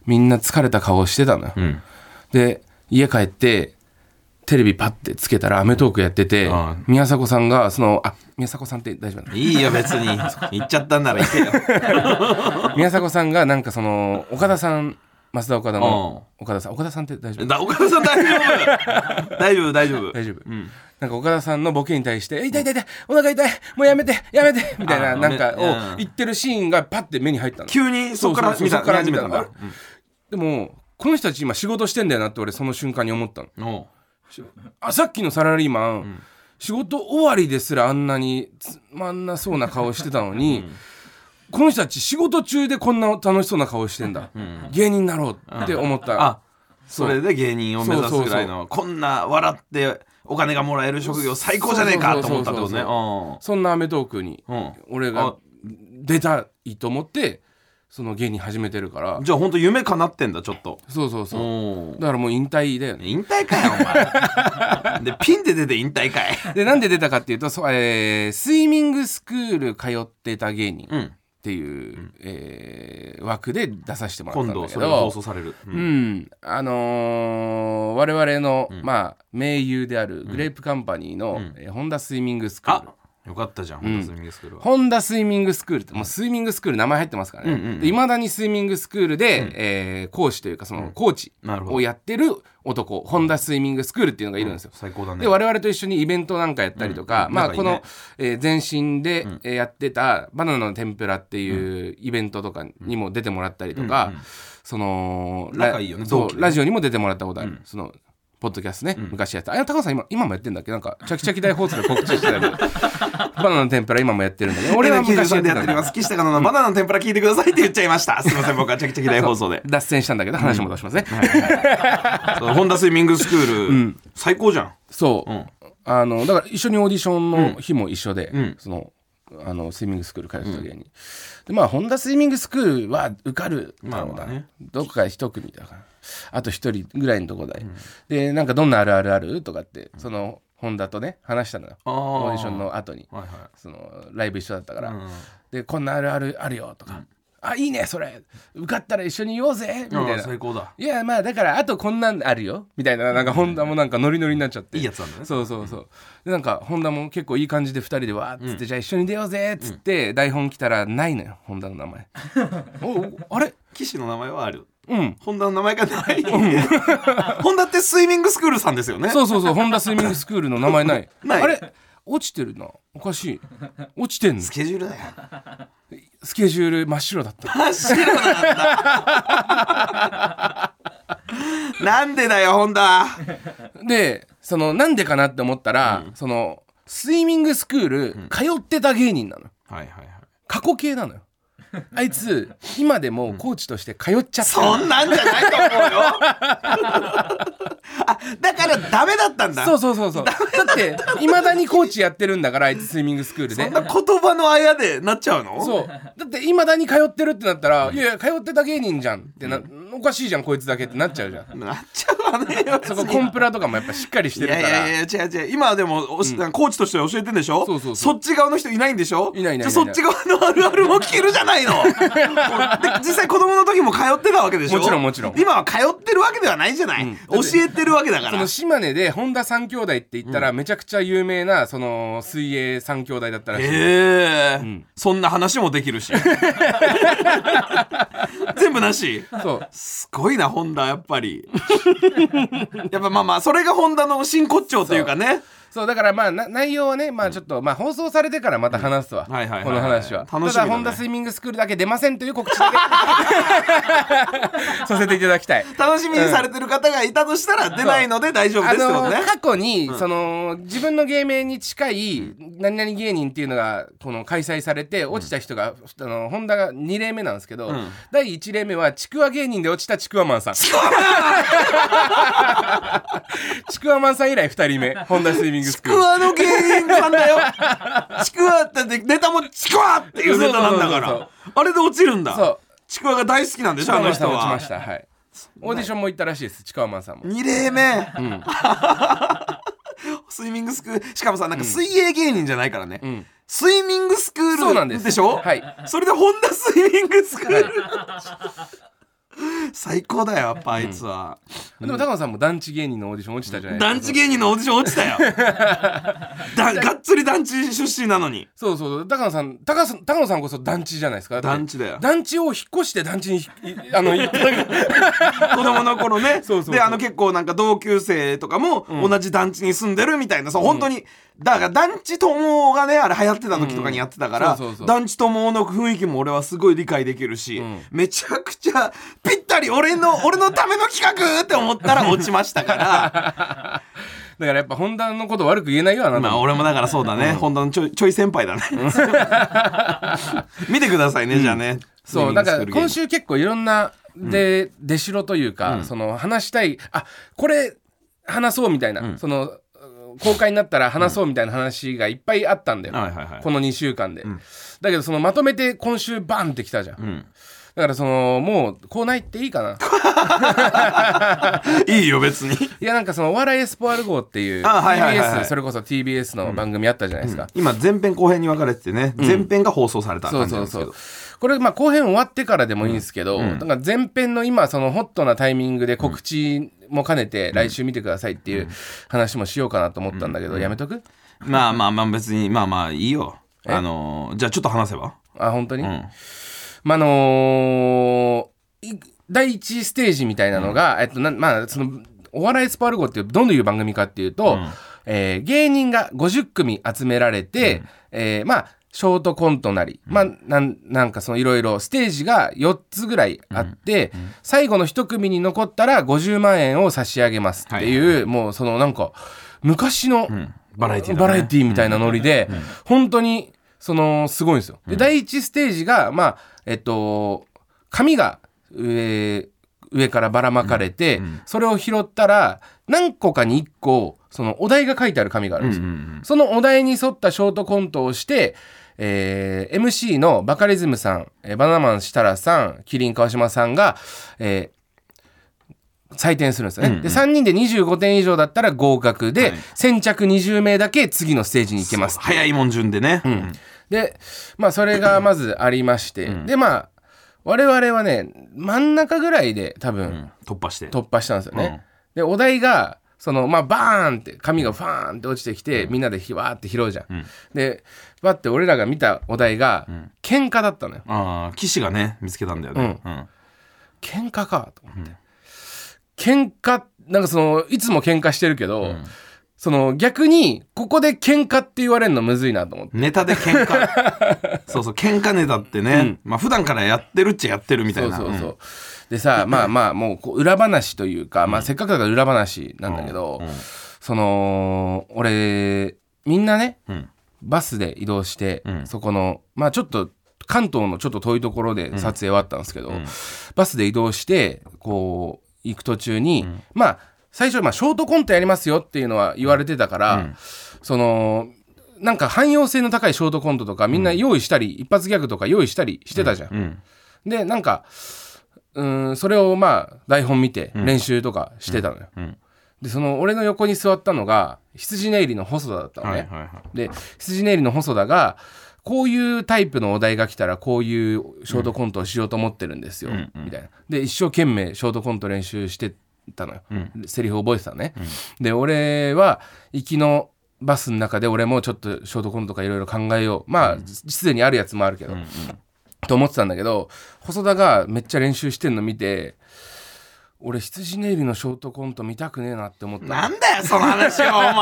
S2: みんな疲れた顔してたのよ。
S3: ん
S2: で、家帰って、テレビパッてつけたら『アメトーク』やってて
S3: ああ
S2: 宮迫さんがそのあ宮迫さんって大丈夫な
S3: いいよ別に言っちゃったんなら行けよ
S2: の 宮迫さんがなんかその岡田さん増田岡田の
S3: あ
S2: 岡田さん岡田さんって大丈夫
S3: だ岡田さん大丈夫大丈夫大丈夫
S2: 大丈夫、
S3: ん
S2: なんか岡田さんのボケに対して「え痛い痛い痛いお腹痛いもうやめてやめて」みたい
S3: あ
S2: な
S3: あ
S2: なんか
S3: ねう
S2: を
S3: ん
S2: 言ってるシーンがパッて目に入ったの
S3: 急にそこから
S2: うう
S3: 見
S2: そ
S3: た
S2: っから
S3: 見始めたん
S2: の
S3: だ
S2: あれでもこの人たち今仕事してんだよなって俺その瞬間に思ったの
S3: おう
S2: あさっきのサラリーマン、仕事終わりですらあんなにつまんなそうな顔してたのに、この人たち仕事中でこんな楽しそうな顔してんだ、芸人になろうって思った、
S3: あそれで芸人を目指すぐらいのこんな笑ってお金がもらえる職業最高じゃねえかと思ったってことね
S2: そうそんな『アメトーク』に
S3: うん
S2: 俺
S3: あ
S2: が出たいと思ってその芸人始めてるから
S3: うんじゃあ本当夢叶ってんだちょっと
S2: そうそうそう
S3: うん
S2: だからもう引退だよね
S3: 引退かよ お前でピンで出て引退かい
S2: でなんで出たかっていうとそう、えースイミングスクール通ってた芸人
S3: うん
S2: っていう、えー枠で出させてもらった
S3: 今
S2: んだけど
S3: 度それが放送される
S2: う
S3: う
S2: んん、あのー我々の、まあ、盟友であるグレープカンパニーの、えーホンダスイミングスクー
S3: あ
S2: ル
S3: よかったじゃん、本当スミングスクールは。
S2: ホンダスイミングスクールってもうスイミングスクール名前入ってますから
S3: うんうんうん
S2: ねいま、未だにスイミングスクールで、えー講師というかそのコーチ
S3: なるほど
S2: をやってる男、ホンダスイミングスクールっていうのがいるんですよ、
S3: 最高だね。
S2: で我々と一緒にイベントなんかやったりとか、
S3: うん
S2: まあ
S3: なんかいい
S2: この
S3: ね
S2: えー前身でえーやってた「バナナの天ぷら」っていうイベントとかにも出てもらったりとか、
S3: うんうん
S2: その
S3: 仲いいよね
S2: そ
S3: 同期
S2: う
S3: ね
S2: ラジオにも出てもらったことある、
S3: うん
S2: そのポッドキャストね、昔やってたあれ高野さん今今もやってんだっけなんかチャキチャキ大放送で告知してた よバナナの天ぷら今もやってるんだけど俺
S3: 俺
S2: は
S3: は
S2: 昔
S3: 昔
S2: やっ
S3: で
S2: て
S3: やっ
S2: た
S3: てお
S2: ん
S3: ります。岸高野のバナナの天ぷら聞いてくださいって言っちゃいました。すいません、僕はチャキチャキ大放送で。
S2: 脱線したんだけど話戻しますね、
S3: そうホンダスイミングスクール、最高じゃん。
S2: そう、
S3: うん
S2: あのだから一緒にオーディションの日も一緒で、
S3: ん
S2: そのあのスイミングスクール通ってた時に、でまあホンダスイミングスクールは受かるだろう
S3: まあま
S2: な、
S3: あね
S2: どこか一組だからあと一人ぐらいのとこだよ、でなんかどんなあるあるあるとかってそのホンダとね話したのよ
S3: あー
S2: オーディションの後に
S3: はいは
S2: そのライブ一緒だったから、
S3: い。うん
S2: でこんなあるあるあるよとか、あいいねそれ受かったら一緒に言おうぜみたい
S3: あー
S2: な
S3: 最高だ。
S2: いやまあだからあとこんなんあるよみたいななんかホンダもなんかノリノリになっちゃって
S3: いいやつなんだね
S2: そうそうそうでなんかホンダも結構いい感じで2人でわーっつって、じゃあ一緒に出ようぜっつって、台本来たらないのよホンダの名 前おあれ
S3: 岸の名前はある。
S2: うん
S3: ホンダの名前がない。 ホンダってスイミングスクールさんですよね。
S2: そうそうそうホンダスイミングスクールの名前ない
S3: ない
S2: あれ落ちてるなおかしい落ちてんの
S3: スケジュールだよ。
S2: スケジュール真っ白だった
S3: 走るなんだ。なんでだよ、ホンダ。
S2: でそのなんでかなって思ったら、そのスイミングスクール通ってた芸人なの、
S3: はいはいはい。
S2: 過去形なのよ あいつ今でもコーチとして通っちゃった、
S3: そんなんじゃないと思うよ。あ、だからダメだったんだ。
S2: そうそうそうそうだっていまだにコーチやってるんだからあいつスイミングスクール
S3: そ
S2: で
S3: んな言葉のあやでなっちゃうの
S2: そうだっていまだに通ってるってなったら、いやいや通ってた芸人じゃんってな、おかしいじゃんこいつだけってなっちゃうじゃん
S3: なっちゃうわね。
S2: そこコンプラとかもやっぱしっかりして
S3: い
S2: るか
S3: や
S2: ら
S3: いやいや違う違う今はでもおしコーチとして教えてんでしょ
S2: そうそうそう
S3: っち側の人いないんでしょ
S2: いないいないいない
S3: じゃあそっち側のあるあるも聞けるじ ゃないので実際子供の時も通ってたわけでしょ
S2: もちろんもちろん
S3: 今は通ってるわけではないじゃない、教えてるわけだか
S2: そ
S3: ら
S2: の島根で本田三兄弟って言ったらめちゃくちゃ有名なその水泳三兄弟だったらしい、
S3: ええそんな話もでき るし全部なし
S2: そう
S3: すごいなホンダやっぱりやっぱまあまあそれがホンダの真骨頂というかね
S2: そうだからまあな内容はねまあちょっと、まあ放送されてからまた話すわ、
S3: んはいはいはいはい
S2: この話は
S3: 楽しみだ
S2: た
S3: ね
S2: だホンダスイミングスクールだけ出ませんという告知だけさせていただきたい
S3: 楽しみにされてる方がいたとしたら出ない ので大丈夫
S2: あ
S3: です
S2: の
S3: よね。
S2: 過去に、その自分の芸名に近い何々芸人っていうのがこの開催されて落ちた人が、あのホンダが2例目なんですけど、
S3: ん
S2: 第1例目はちくわ芸人で落ちたちくわマンさん ちくわマンさん以来2人目ホンダスイミングス
S3: ち
S2: クー
S3: く
S2: ル
S3: わの芸人さん だよ。ちくわだってネタもちくわっていうネタなんだ
S2: そうそう
S3: か
S2: そう
S3: ら。あれで落ちるん
S2: そ
S3: だ
S2: う。
S3: ちくわが大好きなんでし
S2: ち
S3: ょ、
S2: く
S3: あ
S2: わマン
S3: の
S2: さ
S3: 人
S2: ん落ちま
S3: は
S2: し。たはいオーディションも行ったらしいですちくわマンさんも
S3: 2例目。スイミングスクール、しかもさ、なんか水泳芸人じゃないからね。
S2: ん
S3: スイミングスク
S2: そうな
S3: ー
S2: んで
S3: ル
S2: す
S3: でしょ
S2: はい
S3: それでホンダスイミングスクール。最高だよ、やっぱあいつは。
S2: でも高野さんも団地芸人のオーディション落ちたじゃないですか
S3: 団地芸人のオーディション落ちた よだがっつり団地出身なのに
S2: そうそうそう高野さん高野さん高野さんこそ団地じゃないですかって
S3: 団地だよ
S2: 団地を引っ越して団地にひい あの行った
S3: 子供の頃ね
S2: そうそうそう
S3: であの結構なんか同級生とかも同じ団地に住んでるみたいなさ、本当にだから団地友がねあれ流行ってた時とかにやってたから、
S2: うんそうそうそう
S3: 団地友の雰囲気も俺はすごい理解できるし、めちゃくちゃぴったり 俺の俺のための企画って思ったら落ちましたから
S2: だからやっぱ本田のこと悪く言えないよあなた
S3: まあ
S2: も
S3: 俺もだからそうだね、本田のちょいちょい先輩だね 見てくださいね、じゃあね
S2: そうだから今
S3: 週
S2: 週結構いろんなで、出しろというか、その話したいあこれ話そうみたいな、その公開になったら話そうみたいな話がいっぱいあったんだよ、
S3: はいはいはい
S2: この2週間で、だけどそのまとめて今週バンってきたじゃん、
S3: ん
S2: だからそのもうコーナー行っていいかない
S3: いよ別に
S2: いやなんかその「お笑いエスポアル号」っていう
S3: あはいはいはいはい
S2: TBS それこそ TBS の番組あったじゃないですか、
S3: 今前編後編に分かれててね、前編が放送された
S2: そ
S3: 感
S2: う
S3: じな
S2: そ
S3: ん
S2: う
S3: です
S2: そ
S3: けど
S2: うこれまあ後編終わってからでもいいんですけど、なんか前編の今そのホットなタイミングで告知も兼ねて来週見てくださいっていう話もしようかなと思ったんだけど、やめとく
S3: まあまあまあ別にまあまあいいよあのじゃあちょっと話せば
S2: あ本当に、
S3: うん
S2: まああのーい第一ステージみたいなのが、えっとなんまあそのお笑いスパルゴっていうどんどういう番組かっていうと、
S3: うん
S2: えー芸人が50組集められて、えーまあショートコントなり、まあなんなんかそのいろいろステージが4つぐらいあって、最後の1組に残ったら50万円を差し上げますっていう、もうそのなんか昔の、
S3: うんバラエティだね
S2: バラエティみたいなノリで、本当にそのすごいんですよ。で、第一ステージがまあえっと紙が上上からばらまかれて、それを拾ったら何個かに1個そのお題が書いてある紙があるん
S3: うん
S2: で
S3: う
S2: すよ。
S3: ん
S2: そのお題に沿ったショートコントをして、えー MC のバカリズムさん、えーバナナマン設楽さん、キリン川島さんが、えー採点するんですよね、で3人で25点以上だったら合格で、先着20名だけ次のステージに行けます
S3: 早いもん順でねうん
S2: でまあそれがまずありまして、でまあ我々はね真ん中ぐらいで多分、
S3: 突破して
S2: 突破したんですよね。でお題がそのまあバーンって紙がファーンって落ちてきて、みんなでひわーって拾うじゃん。でバッて俺らが見たお題が、喧嘩だったのよ。
S3: ああ騎士がね見つけたんだよねうん
S2: 喧嘩かと思って、喧嘩なんかそのいつも喧嘩してるけど、その逆にここで喧嘩って言われるのむずいなと思って。
S3: ネタで喧嘩 そうそう喧嘩ネタってねまあ普段からやってるっちゃやってるみた
S2: そ
S3: いうな
S2: そうそうう。でさ、まあまあ、もうこう裏話というか、まあせっかくだから裏話なんだけど、その、俺、みんなね、
S3: ん
S2: バスで移動して、
S3: ん
S2: そこの、まあちょっと、関東のちょっと遠いところで撮影はあったんですけど、バスで移動して、こう、行く途中に、まあ、最初、まあ、ショートコントやりますよっていうのは言われてたから、その、なんか汎用性の高いショートコントとかみんな用意したり、一発ギャグとか用意したりしてたじゃん
S3: んうん
S2: でなんかうーんそれをまあ台本見て練習とかしてたのよ、
S3: うんうん
S2: でその俺の横に座ったのが羊ネイリの細田だったのね、
S3: はいはいはい
S2: で羊ネイリの細田がこういうタイプのお題が来たらこういうショートコントをしようと思ってるんですよ、
S3: ん
S2: みたいなで一生懸命ショートコント練習してたのよ、でセリフ覚えてたのね、で俺は行きのバスの中で俺もちょっとショートコントとかいろいろ考えようまあすでにあるやつもあるけど、と思ってたんだけど細田がめっちゃ練習してんの見て俺羊ネイリのショートコント見たくねえなって思ったの
S3: なんだよその話はお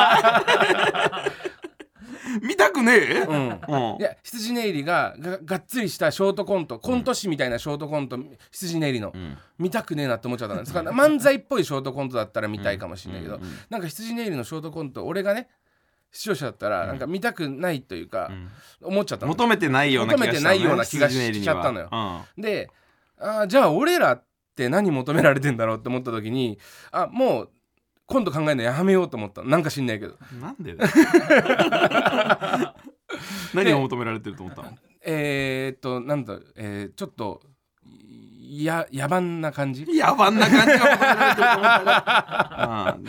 S3: 前 見たくねえうん
S2: いや羊ネイリがががっつりしたショートコントコント師みたいなショートコント、羊ネイリの、見たくねえなって思っちゃったんですから漫才っぽいショートコントだったら見たいかもしれないけど、なんか羊ネイリのショートコント俺がね視聴者だったらなんか見たくないというか、思っちゃったの
S3: 求めてないような気がしたの
S2: 求めて
S3: ね
S2: ないような気がし
S3: 筋練りに
S2: しち
S3: は
S2: ゃったのよ
S3: うん
S2: であーじゃあ俺らって何求められてんだろうって思った時にあもう今度考えるのやめようと思ったのなんか知んないけど
S3: なんで 何を求められてると思ったの
S2: えー、っとなんだ、えーちょっとや野蛮な感じ
S3: 野蛮な感じが求められてると思 ったの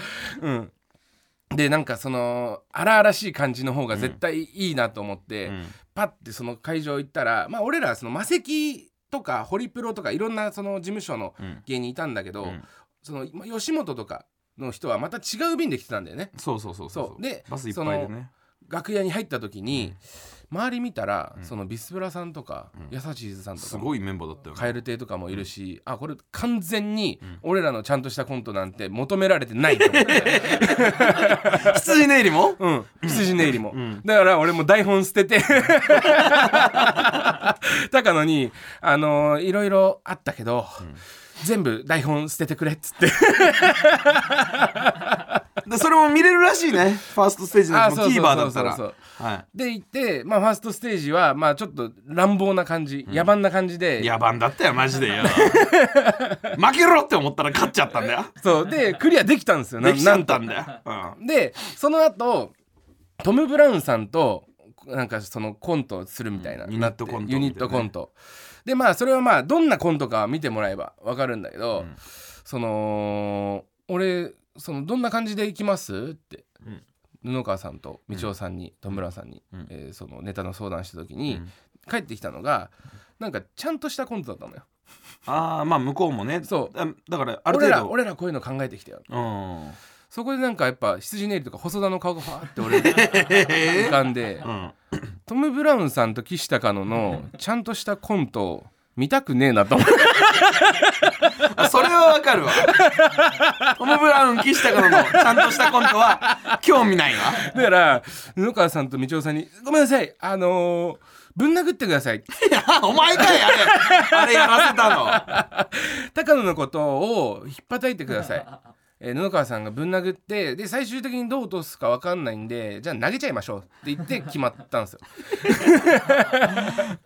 S2: うん、でなんかその荒々しい感じの方が絶対いいなと思って、
S3: うんうん
S2: パッてその会場行ったらまあ俺らはその魔石とかホリプロとかいろんなその事務所の
S3: うん
S2: 芸人いたんだけど、
S3: うん
S2: そのま吉本とかの人はまた違う便で来てたんだよね
S3: そうそうそうそう
S2: そうで
S3: バスいっぱいで
S2: その
S3: ね
S2: 楽屋に入った時に、周り見たら、そのビスブラさんとか、ヤサチーズさんとか
S3: すごいメンバーだったよ
S2: カ
S3: ね
S2: エル亭とかもいるし、あこれ完全に俺らのちゃんとしたコントなんて求められてない と思って。
S3: 羊ネイリも
S2: うん、 羊ネイリも、だから俺も台本捨てて高野に、あのーいろいろあったけど、全部台本捨ててくれ」っつって
S3: でそれも見れるらしいねファーストステージのやつも
S2: あそうそう
S3: TVer だった
S2: そうそう
S3: らは
S2: で行って、まあ、ファーストステージは、まあ、ちょっと乱暴な感じ、野蛮な感じで
S3: い野蛮だったよマジで よ負けろって思ったら勝っちゃったんだよ
S2: そうでクリアできたんですよな
S3: できちゃ
S2: な
S3: っ
S2: んと
S3: たんだようん
S2: でその後トム・ブラウンさんとなんかそのコントをするみたいな、
S3: うんユニットコント
S2: ユニットコントでまあそれはまあどんなコントかは見てもらえばわかるんだけど、
S3: うん
S2: その俺そのどんな感じでいきますって、布川さんと道夫さんに、トム・ブラウンさんに、
S3: うん
S2: えーそのネタの相談した時に、
S3: うん
S2: 帰ってきたのがなんかちゃんとしたコントだったのよ
S3: ああまあ向こうもね
S2: そう
S3: だだからある
S2: 俺
S3: 程
S2: ら
S3: 度
S2: 俺らこういうの考えてきたよ
S3: うん
S2: そこでなんかやっぱ羊ネイルとか細田の顔がファーって俺浮かん で、
S3: ん
S2: トム・ブラウンさんと岸高野のちゃんとしたコントを見たくねえなと思って
S3: あそれはわかるわ トム・ブラウン岸高野のちゃんとしたコントは興味ないわ
S2: だから布川さんと道夫さんに「ごめんなさいあのーぶん殴ってください
S3: いやお前かいあれあれやらせた の
S2: 高野のことを引っ叩いてください」えー布川さんがぶん殴ってで最終的にどう落とすか分かんないんでじゃあ投げちゃいましょうって言って決まったんですよ。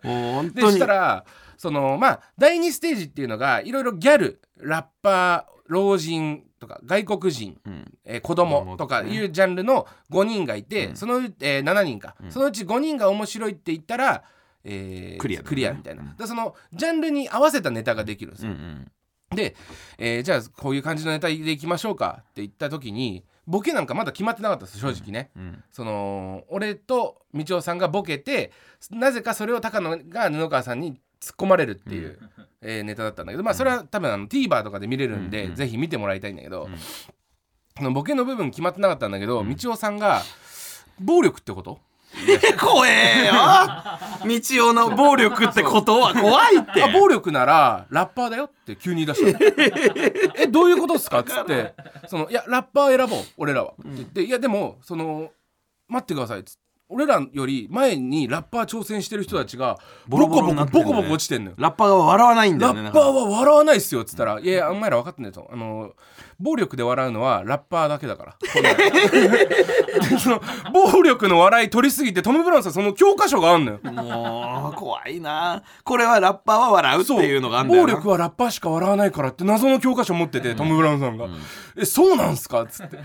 S3: もう本
S2: で
S3: 当
S2: し
S3: に
S2: たらそのまあ第2ステージっていうのがいろいろギャルラッパー老人とか外国人、
S3: ん
S2: えー子供とかいうジャンルの5人がいて、その、えー7人か、そのうち5人が面白いって言ったら、えー
S3: クリアだね
S2: みたいな、だからそのジャンルに合わせたネタができるんですよ。で、えーじゃあこういう感じのネタでいきましょうかって言った時にボケなんかまだ決まってなかったんです正直ね、その俺と道夫さんがボケてなぜかそれを高野が布川さんに突っ込まれるっていう、えーネタだったんだけどまあそれは多分あの TVer とかで見れるんで、ぜひ見てもらいたいんだけど、そのボケの部分決まってなかったんだけど、道夫さんが「暴力ってこと?」
S3: 怖えよ道夫の暴力ってことは怖いって
S2: あ暴力ならラッパーだよって急に言い出した のえどういうことですかっつってそのいやラッパー選ぼう俺らはって言っていやでもその待ってくださいっつって俺らより前にラッパー挑戦してる人たちがボコボコ
S3: にな
S2: ボ
S3: ってん
S2: コ
S3: だよね
S2: ボコ落ちてんのよ
S3: ラッパーが笑わないんだ
S2: ラ
S3: よね
S2: ッパー
S3: は
S2: は笑わないっすよっつったら「いやいやお前ら分かってんだよ」と「あの暴力で笑うのはラッパーだけだ から」でその暴力の笑い取りすぎてトム・ブラウンさんその教科書があんのよ
S3: もう怖いなこれはラッパーは笑うっていうのがあんだよ
S2: 暴
S3: な
S2: 力はラッパーしか笑わないからって謎の教科書持ってて、トム・ブラウンさんが「えそうなんすか?」っつって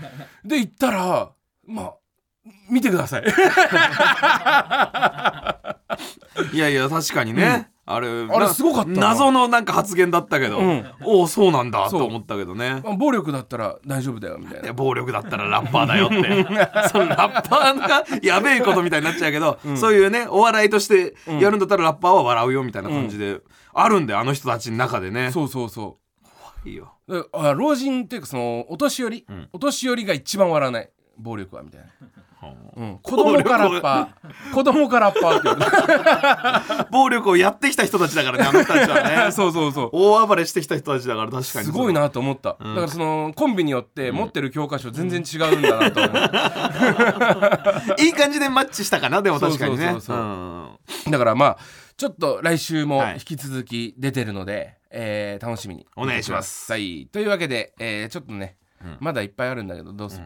S2: で行ったらまあ見てください
S3: いやいや確かにね、あれ
S2: あれすごかったな
S3: 謎のなんか発言だったけど、
S2: ん
S3: おおそうなんだ
S2: そう
S3: と思ったけどね
S2: まあ暴力だったら大丈夫だよみたい
S3: い
S2: な
S3: や暴力だったらラッパー だよってそのラッパーがやべえことみたいになっちゃうけど、そういうねお笑いとしてやるんだったらラッパーは笑うよみたいな感じで、あるんであの人たちの中でね
S2: そうそうそ
S3: いいよ
S2: うであ老人っていうかそのお年寄り、お年寄りが一番笑わない暴力はみたいな、うん、子供かラッパー子供かラッパーって言われ て
S3: 暴力をやってきた人たちだからねあの人たちはね
S2: そうそうそう
S3: 大暴れしてきた人たちだから確か に
S2: すごいなと思った、だからそのコンビによって持ってる教科書全然違うんだなと思って
S3: いい感じでマッチしたかなでも確かにね
S2: そうそうそうそう
S3: うん
S2: だからまあちょっと来週も
S3: はい
S2: 引き続き出てるので、えー楽しみに
S3: お願いします
S2: はいというわけで、えーちょっとね、まだいっぱいあるんだけどどうする、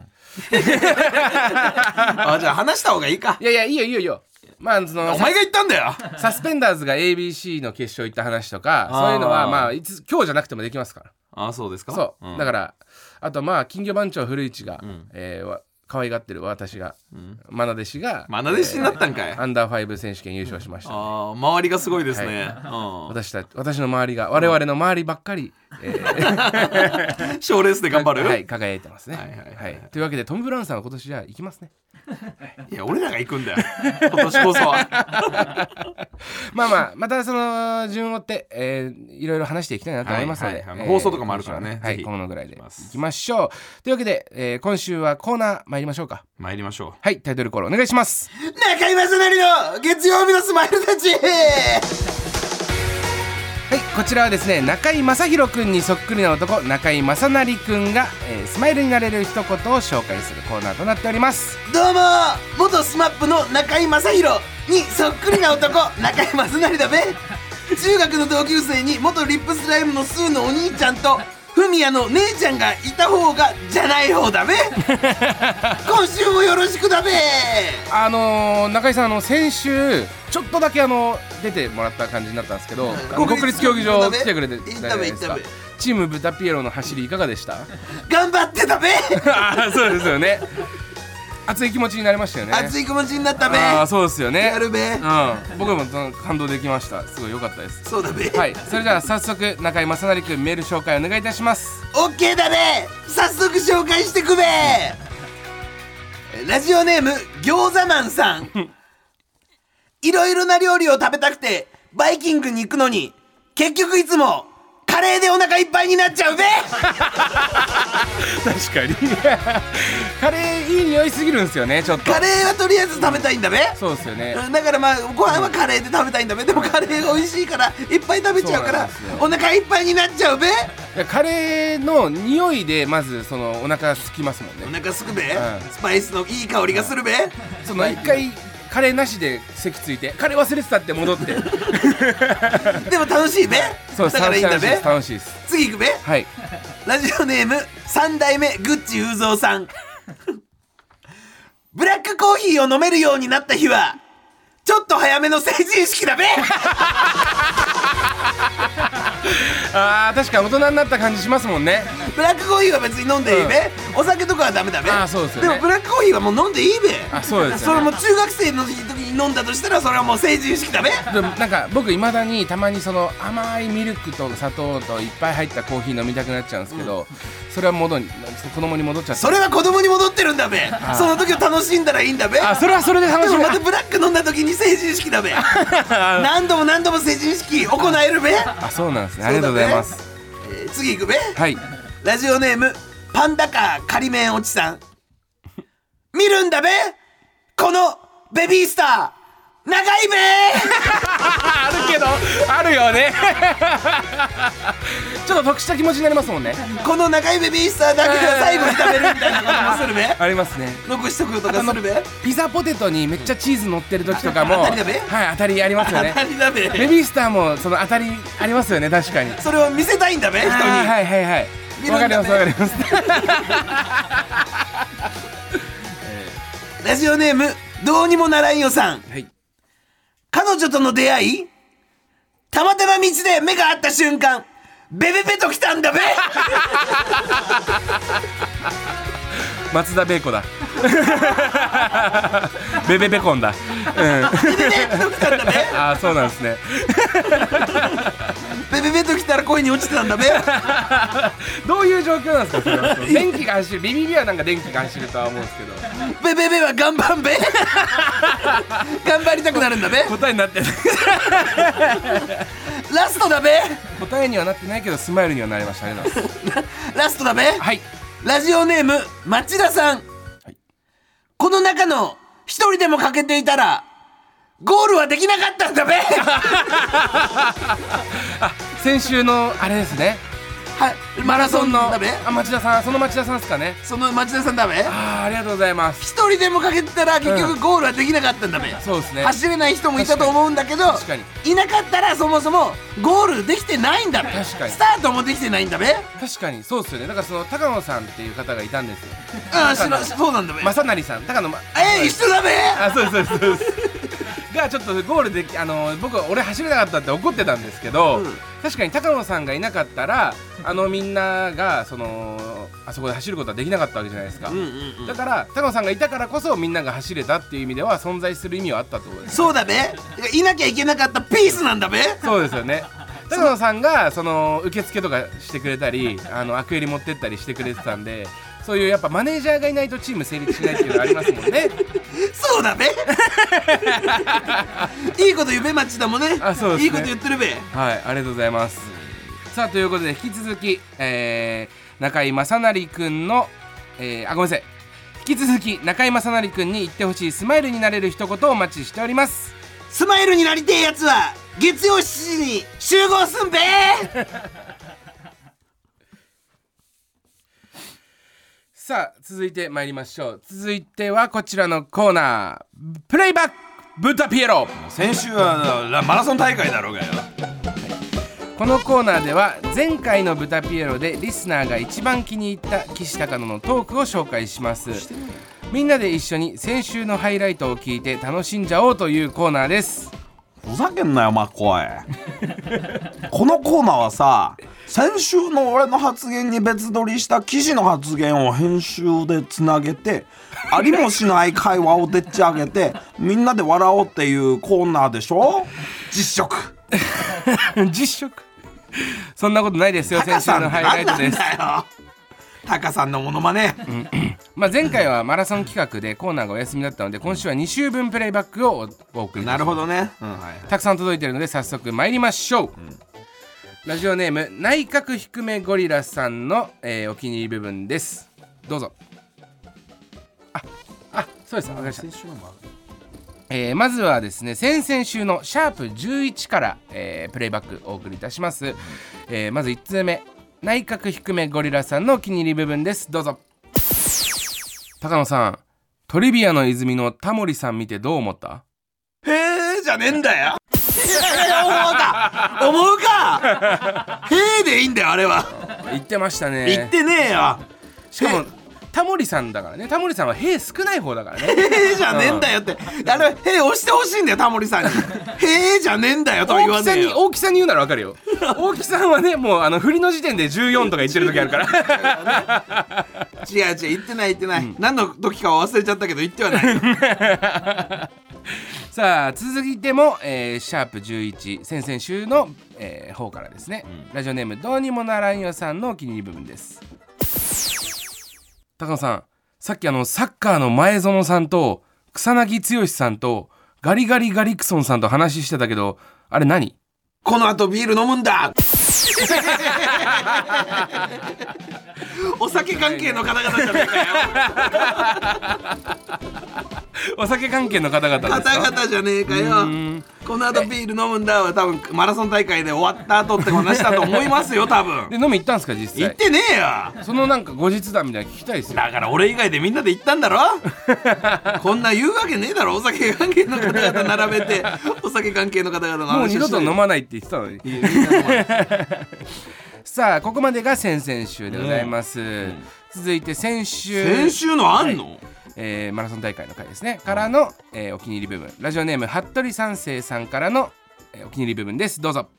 S3: あじゃあ話した方がい いか
S2: いやいやいいよいいよいいよまあその
S3: お前が言ったんだよ
S2: ササスペンダーズが ABC の決勝行った話とか
S3: あー
S2: そういうのはまあいつ今日じゃなくてもできますから
S3: あそうですか
S2: そう、
S3: ん
S2: だからあとまあ金魚番長古市が、えーわ可愛がってる私が、マナ弟子が
S3: まな弟子になったんかい
S2: アンダーファイブ選手権優勝しました、
S3: あー周りがすごいですね、う
S2: 私た私の周りが我々の周りばっかり、えー
S3: ん賞レースで頑張る、
S2: はい
S3: い、
S2: 輝いてますね
S3: はいはいはい
S2: はいというわけでトム・ブラウンさんは今年じゃあ行きますね
S3: や俺らが行く んだよ今年こそは
S2: まあまあまたその順を追って、えーいろいろ話していきたいなと思いますので、
S3: はいはいはい
S2: えー
S3: 放送とかもあるからね
S2: は
S3: ぜ
S2: い
S3: ひ
S2: このぐらいでいきましょうというわけで、えー今週はコーナー参りましょうか
S3: 参りましょう
S2: はいタイトルコールお願いします
S3: 中居正成の月曜日のスマイルたち
S2: はいこちらはですね中居正広くんにそっくりな男中居正成くんが、えースマイルになれる一言を紹介するコーナーとなっております
S3: どうも元スマップの中居正広にそっくりな男中居正成だべ中学の同級生に元リップスライムのスーのお兄ちゃんとフミヤの姉ちゃんがいた方がじゃない方 だべ今週もよろしくだべ
S2: あのー中居さんあの先週ちょっとだけあの出てもらった感じになったんですけど、あの国
S3: 国
S2: 立
S3: 立
S2: 競
S3: 競
S2: 技
S3: 技
S2: 場
S3: 場
S2: 来てくれてた
S3: 行
S2: じ
S3: っ
S2: ゃな
S3: た
S2: い
S3: べ
S2: で
S3: 行っ
S2: す
S3: た
S2: か
S3: べ
S2: チーム豚ピエロの走りいかがでした
S3: 頑張ってだべ
S2: ああそうですよね熱い気持ちになりましたよね
S3: 熱い気持ちになったべ
S2: ああそうですよね
S3: やるべ
S2: うん、僕もその感動できましたすごい良かったです
S3: そうだべ、
S2: はいそれでは早速中居正成くんメール紹介お願いいたします
S3: オッケーだね早速紹介してくべラジオネーム餃子マンさ んいろいろな料理を食べたくてバイキングに行くのに結局いつもカレーでお腹いっぱいになっちゃうべ
S2: 確かに カレーいい匂いすぎるんですよねちょっと
S3: カレーはとりあえず食べたいんだべ
S2: そうですよね
S3: だからまあご飯はカレーで食べたいんだべでもカレーが美味しいからいっぱい食べちゃうから
S2: そうなんですよ
S3: お腹いっぱいになっちゃうべ
S2: いやカレーの匂いでまずそのお腹すきますもん
S3: お
S2: ね
S3: 腹すくべ、
S2: うん
S3: スパイスのいい香りがするべ、
S2: その一回カレーなしで席ついてカレー忘れてたって戻って
S3: でも楽しいべ
S2: そうです
S3: だからいいんだ
S2: 楽しいで
S3: べ
S2: す楽しいです
S3: 次行くべ
S2: はい
S3: ラジオネーム三代目グッチ雄三さん ブラックコーヒーを飲めるようになった日はちょっと早めの成人 式だべ
S2: あー確かに大人になった感じしますもんね
S3: ブラックコーヒーは別に飲んでいいべ、お酒とかはダメだべ
S2: あーそうですよね
S3: もブラックコーヒーはもう飲んでいいべ
S2: あそうです
S3: そ
S2: よ
S3: れ
S2: ね
S3: も中学生の時に飲んだとしたらそれはもう成人式だべ
S2: でもなんか僕いまだにたまにその甘いミルクと砂糖といっぱい入ったコーヒー飲みたくなっちゃうんですけど、それは戻に子供に戻っちゃって
S3: それは子供に戻ってるんだべその時を楽しんだらいいんだべ
S2: あそれはそれで楽
S3: で
S2: し
S3: も
S2: み
S3: またブラック飲んだ時に成人式だべ
S2: あ
S3: 何度も何度も成人式行えるべ、
S2: あそうなんですねありがとうございます、
S3: えー次行くべ
S2: はい
S3: ラジオネームパンダカー仮面おじさん見るんだべこのベビースター長いべ
S2: あるけどあるよね ちょっと得した気持ちになりますもんね
S3: この長いベビースターだけが最後に食べるみたいなこともするべ
S2: ありますね
S3: 残しとくとかするべ
S2: ピザポテトにめっちゃチーズ乗ってる時とかも
S3: 当たりだべ
S2: はい当たりありますよ
S3: 当
S2: ね
S3: たりだべ
S2: ベビースターもその当たりありますよね確かに
S3: それを見せたいんだべ人に
S2: あーはいはいはい
S3: 見る
S2: わ
S3: んだ
S2: かりま
S3: ね
S2: すわかります
S3: ラジオネームどうにもならんよさん
S2: はい
S3: 彼女との出会いたまたま道で目が合った瞬間ベベベと来たんだべ
S2: 松田ベーコ だベベベコンだうん
S3: ベベベと来たんだべ
S2: ああそうなんですね
S3: ベベベと来たら恋に落ちてたんだべ
S2: どういう状況なんですかそれは電気が走るビビビはなんか電気が走るとは思うんですけど
S3: ベベベは頑張んべ頑張りたくなるんだべ
S2: 答えになってない
S3: ラストだべ
S2: 答えにはなってないけどスマイルにはなりましたありがとうございます
S3: ラストだべ
S2: はい
S3: ラジオネーム町田さん、
S2: はい
S3: この中の一人でも欠けていたらゴールはできなかったんだべ は
S2: 先週のあれですね
S3: マラソンの
S2: あ
S3: だべ
S2: 町田さんその町田さんですかね
S3: その町田さんだべ
S2: あーありがとうございます
S3: 一人でも欠けてたら結局ゴールはできなかったんだべ、
S2: そうですね
S3: 走れない人もいたと思うんだけど
S2: 確かに
S3: いなかったらそもそもゴールできてないんだべ
S2: 確かに
S3: スタートもできてないんだべ
S2: 確かにそうですよねだからその高野さんっていう方がいたんですよ
S3: あ知らそうなんだべ、
S2: 正成さん高野ま
S3: えー、一緒だべ
S2: あそうですそうですそうですがちょっとゴールできあの僕は俺走れなかったって怒ってたんですけど、
S3: うん
S2: 確かに高野さんがいなかったらあのみんながそのあそこで走ることはできなかったわけじゃないですか、
S3: うんうんうん
S2: だから高野さんがいたからこそみんなが走れたっていう意味では存在する意味はあったってことです
S3: そうだべいなきゃいけなかったピースなんだべ
S2: そうですよね高野さんがその受付とかしてくれたりあのアクエリ持ってったりしてくれてたんでそういうやっぱマネージャーがいないとチーム成立しないっていうのはありますもんね
S3: そう だべいいこと言うべ町田もね
S2: あそうですね
S3: いいこと言ってるべ
S2: はいありがとうございますさあということで引き続き、えー中井正成くんの、えーあごめんなさい引き続き中井正成くんに言ってほしいスマイルになれる一言をお待ちしております
S3: スマイルになりてえやつは月曜7時に集合すんべ
S2: さあ続いて参りましょう続いてはこちらのコーナープレイバックブタピエロ
S3: 先週はマラソン大会だろうがよ
S2: このコーナーでは前回の「ブタピエロ」でリスナーが一番気に入った岸高野のトークを紹介しますみんなで一緒に先週のハイライトを聞いて楽しんじゃおうというコーナーです
S3: ふざけんなよマコイこのコーナーはさ先週の俺の発言に別撮りした記事の発言を編集でつなげてありもしない会話をでっち上げてみんなで笑おうっていうコーナーでしょ実食
S2: 実食そんなことないですよ
S3: タカ
S2: 先
S3: さ
S2: 週
S3: ん
S2: の
S3: って
S2: ハイラ
S3: 何
S2: イト
S3: なん
S2: です、
S3: だよタカさんのモノマネ
S2: まあ、前回はマラソン企画でコーナーがお休みだったので今週は2週分プレイバックをおお送りいたします
S3: なるほどね、うんはい
S2: たくさん届いてるので早速参りましょう、ラジオネーム内角低めゴリラさんの、えーお気に入り部分ですどうぞああそうですわかりました
S3: 先週のもある
S2: えーまずはですね先々週の「シャープ #11」から、えープレイバックお送りいたします、えーまず1通目内角低めゴリラさんのお気に入り部分ですどうぞ高野さんトリビアの泉のタモリさん見てどう思った
S3: へえじゃねえんだよ。いや思うか思うかへえでいいんだよあれは。
S2: 言ってましたね
S3: 言ってねえよ。
S2: しかもタモリさんだからねタモリさんは「へ」少ない方だから ね
S3: へえじゃねえんだよって。あれへえ押してほしいんだよタモリさんに。へえじゃねえんだよとは言
S2: 大
S3: わ
S2: きさ
S3: ねえ
S2: に
S3: よ。
S2: 大きさに言うならわか るよ大きさんはねもうあの振りの時点で14とか言ってる時ある から
S3: 違う違う言ってない言ってない。何の時かは忘れちゃったけど言ってはない。
S2: さあ続いても、えーシャープ11先々週の、えー方からですね、ラジオネームどうにもならんよさんのお気に入り部分です高野さんさっきあのサッカーの前園さんと草薙剛さんとガリガリガリクソンさんと話してたけどあれ何
S3: この後ビール飲む んだ。お酒関係の方々じ ゃねえかよ。
S2: お酒関係の方々です
S3: 方
S2: か
S3: 々じゃねえかよこの後ビール飲むんだは多分マラソン大会で終わった後って話したと思いますよ多分
S2: で飲み行ったんですか実
S3: 行っ
S2: 際
S3: てねえよ
S2: そのなんか後日談みたいなの聞きたいですよ
S3: だから俺以外でみんなで行ったんだろ こんな言うわけねえだろお酒関係の方々並べ てお酒関係の方々の話
S2: もう二度と飲
S3: む
S2: まないって言ってたのに さあここまでが先々週でございます、続いて先週
S3: 先週のあんの、
S2: えーマラソン大会の回ですねからの、えーお気に入り部分ラジオネーム服部三世さんからの、えーお気に入り部分ですどうぞ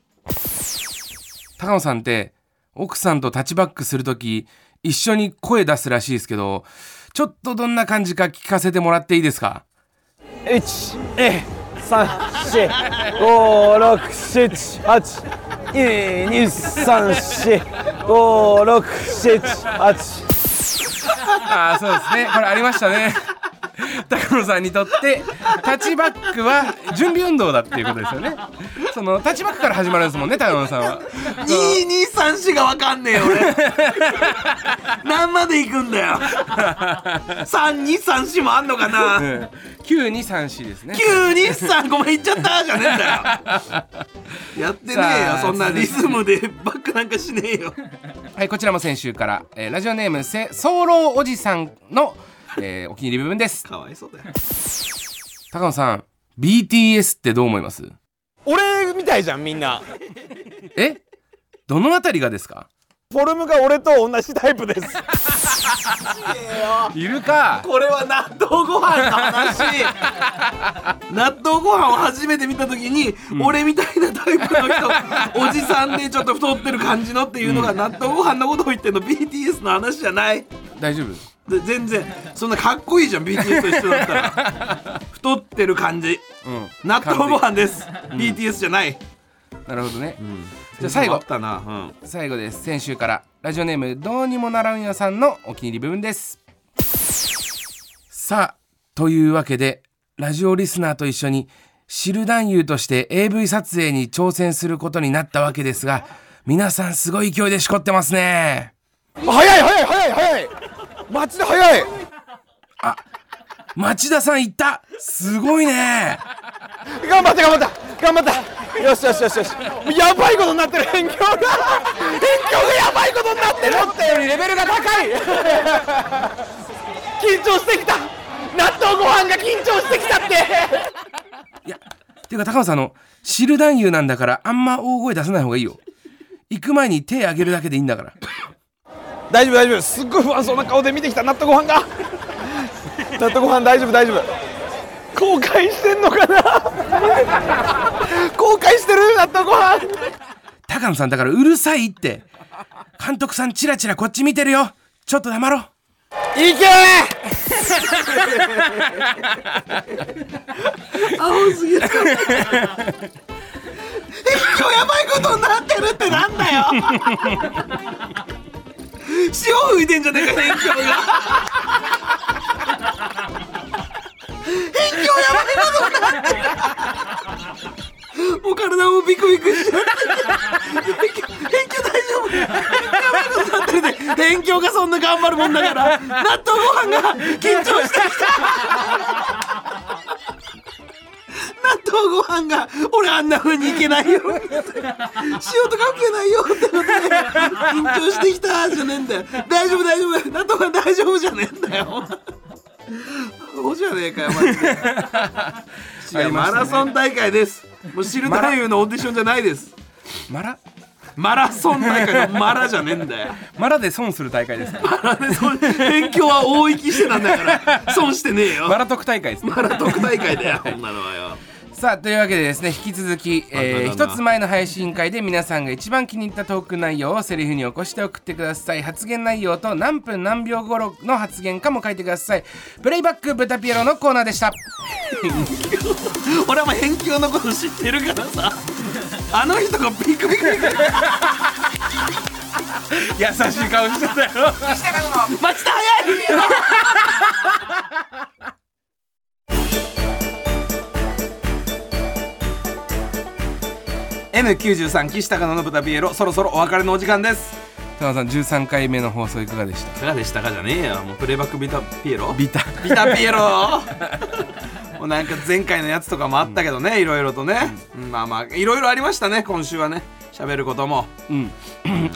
S2: 高野さんって奥さんとタッチバックする時一緒に声出すらしいですけどちょっとどんな感じか聞かせてもらっていいですか
S4: 一、二、三、四、五、六、七、八。一、二、三、四、五、六、七、八。
S2: ああそうですねこれありましたね 高野さんにとってタッチバックは準備運動だっていうことですよねそのタッチバックから始まるんですもんね高野さんは
S3: 2234がわかんねえ 俺何まで行くんだよ 3234もあんのかな、
S2: 9234ですね
S3: 急にさんごめん言っちゃったじゃねえんだよ やってねえ
S2: さ
S3: よ
S2: あ
S3: そんなリズムでバックなんかしねえよ
S2: はいこちらも先週から、えーラジオネームせ早漏おじさんの、えーお気に入り部分です
S3: かわいそうだよ
S2: 高野さん BTS ってどう思います
S4: 俺みたいじゃん、みんな。
S2: えどのあたりがですか
S4: フォルムが俺と同じタイプです。
S2: いるか
S3: これは納豆ご飯の話 納豆ご飯を初めて見た時に、俺みたいなタイプの人おじさんでちょっと太ってる感じのっていうのが、納豆ご飯のことを言ってんの BTS の話じゃない
S2: 大丈夫
S3: で全然そんなかっこいいじゃん BTS と一緒だったら太ってる感じ
S2: うん
S3: 納豆ご飯です BTS じゃない、
S2: なるほどね、じゃあ最
S3: あ
S2: 後
S3: ったな、うん
S2: 最後です先週からラジオネームどうにもならんよさんのお気に入り部分ですさあというわけでラジオリスナーと一緒に知る男優として AV 撮影に挑戦することになったわけですが皆さんすごい勢いでしこってますね
S4: 早い、早い、早い、早い。マジで早い。
S2: 町田さん行ったすごいね
S4: 頑張った、頑張った。頑張った。よしよしよしよし。もうやばいことになってる、遠鏡が。遠鏡がやばいことになってる。思ったよりレベルが高い。緊張してきた。納豆ご飯が緊張してきたって。
S2: いやていうか高野さんあの知る男優なんだからあんま大声出さない方がいいよ行く前に手挙げるだけでいいんだから
S4: 大丈夫大丈夫すっごい不安そうな顔で見てきた納豆ご飯が納豆ご飯大丈夫大丈夫後悔してんのかな後悔してる納豆ご飯
S2: 高野さんだからうるさいって監督さんチラチラこっち見てるよちょっと黙ろう
S4: いけ
S3: 青すぎる今日やばいことになってるってなんだよ潮吹いてんじゃねえか返鏡が返鏡やばいことになってるもう体もビクビクしちゃって返鏡返鏡大丈夫返鏡やばいことになってるって返鏡がそんな顔頑張るもんだから納豆ご飯が緊張してきた納豆ご飯が俺あんな風にいけないよ塩とか受けないよってことで緊張してきたじゃねえんだよ大丈夫大丈夫納豆が大丈夫じゃねえんだよそうじゃねえかよマジで違う、マラソン大会ですもう知る太夫のオーディションじゃないです
S2: マラ
S3: マラソン大会のマラじゃねえんだよ
S2: マラで損する大会です か
S3: マラでそん勉強は大行きしてたんだから損してねえよ
S2: マラ特大会ですね
S3: マラ特大会だよこんなのはよ
S2: さあというわけでですね引き続き、えー、
S3: あなんだ
S2: 一つ前の配信会で皆さんが一番気に入ったトーク内容をセリフに起こして送ってください発言内容と何分何秒頃の発言かも書いてくださいプレイバック豚ピエロのコーナーでした
S3: 俺はもう返球のこと知ってるからさあの人がビクビク
S2: 優
S3: ビク
S2: しい顔してたよ
S3: 町田早い93岸高野の豚ピエロそろそろお別れのお時間です
S2: 田中さん13回目の放送いかがでした
S3: いかがでしたかじゃねえよもうプレイバックビタピエロ
S2: ビタ
S3: ビタピエロ もうなんか前回のやつとかもあったけどね、いろいろとね、うんまあまあいろいろありましたね今週はね喋ることも
S2: うん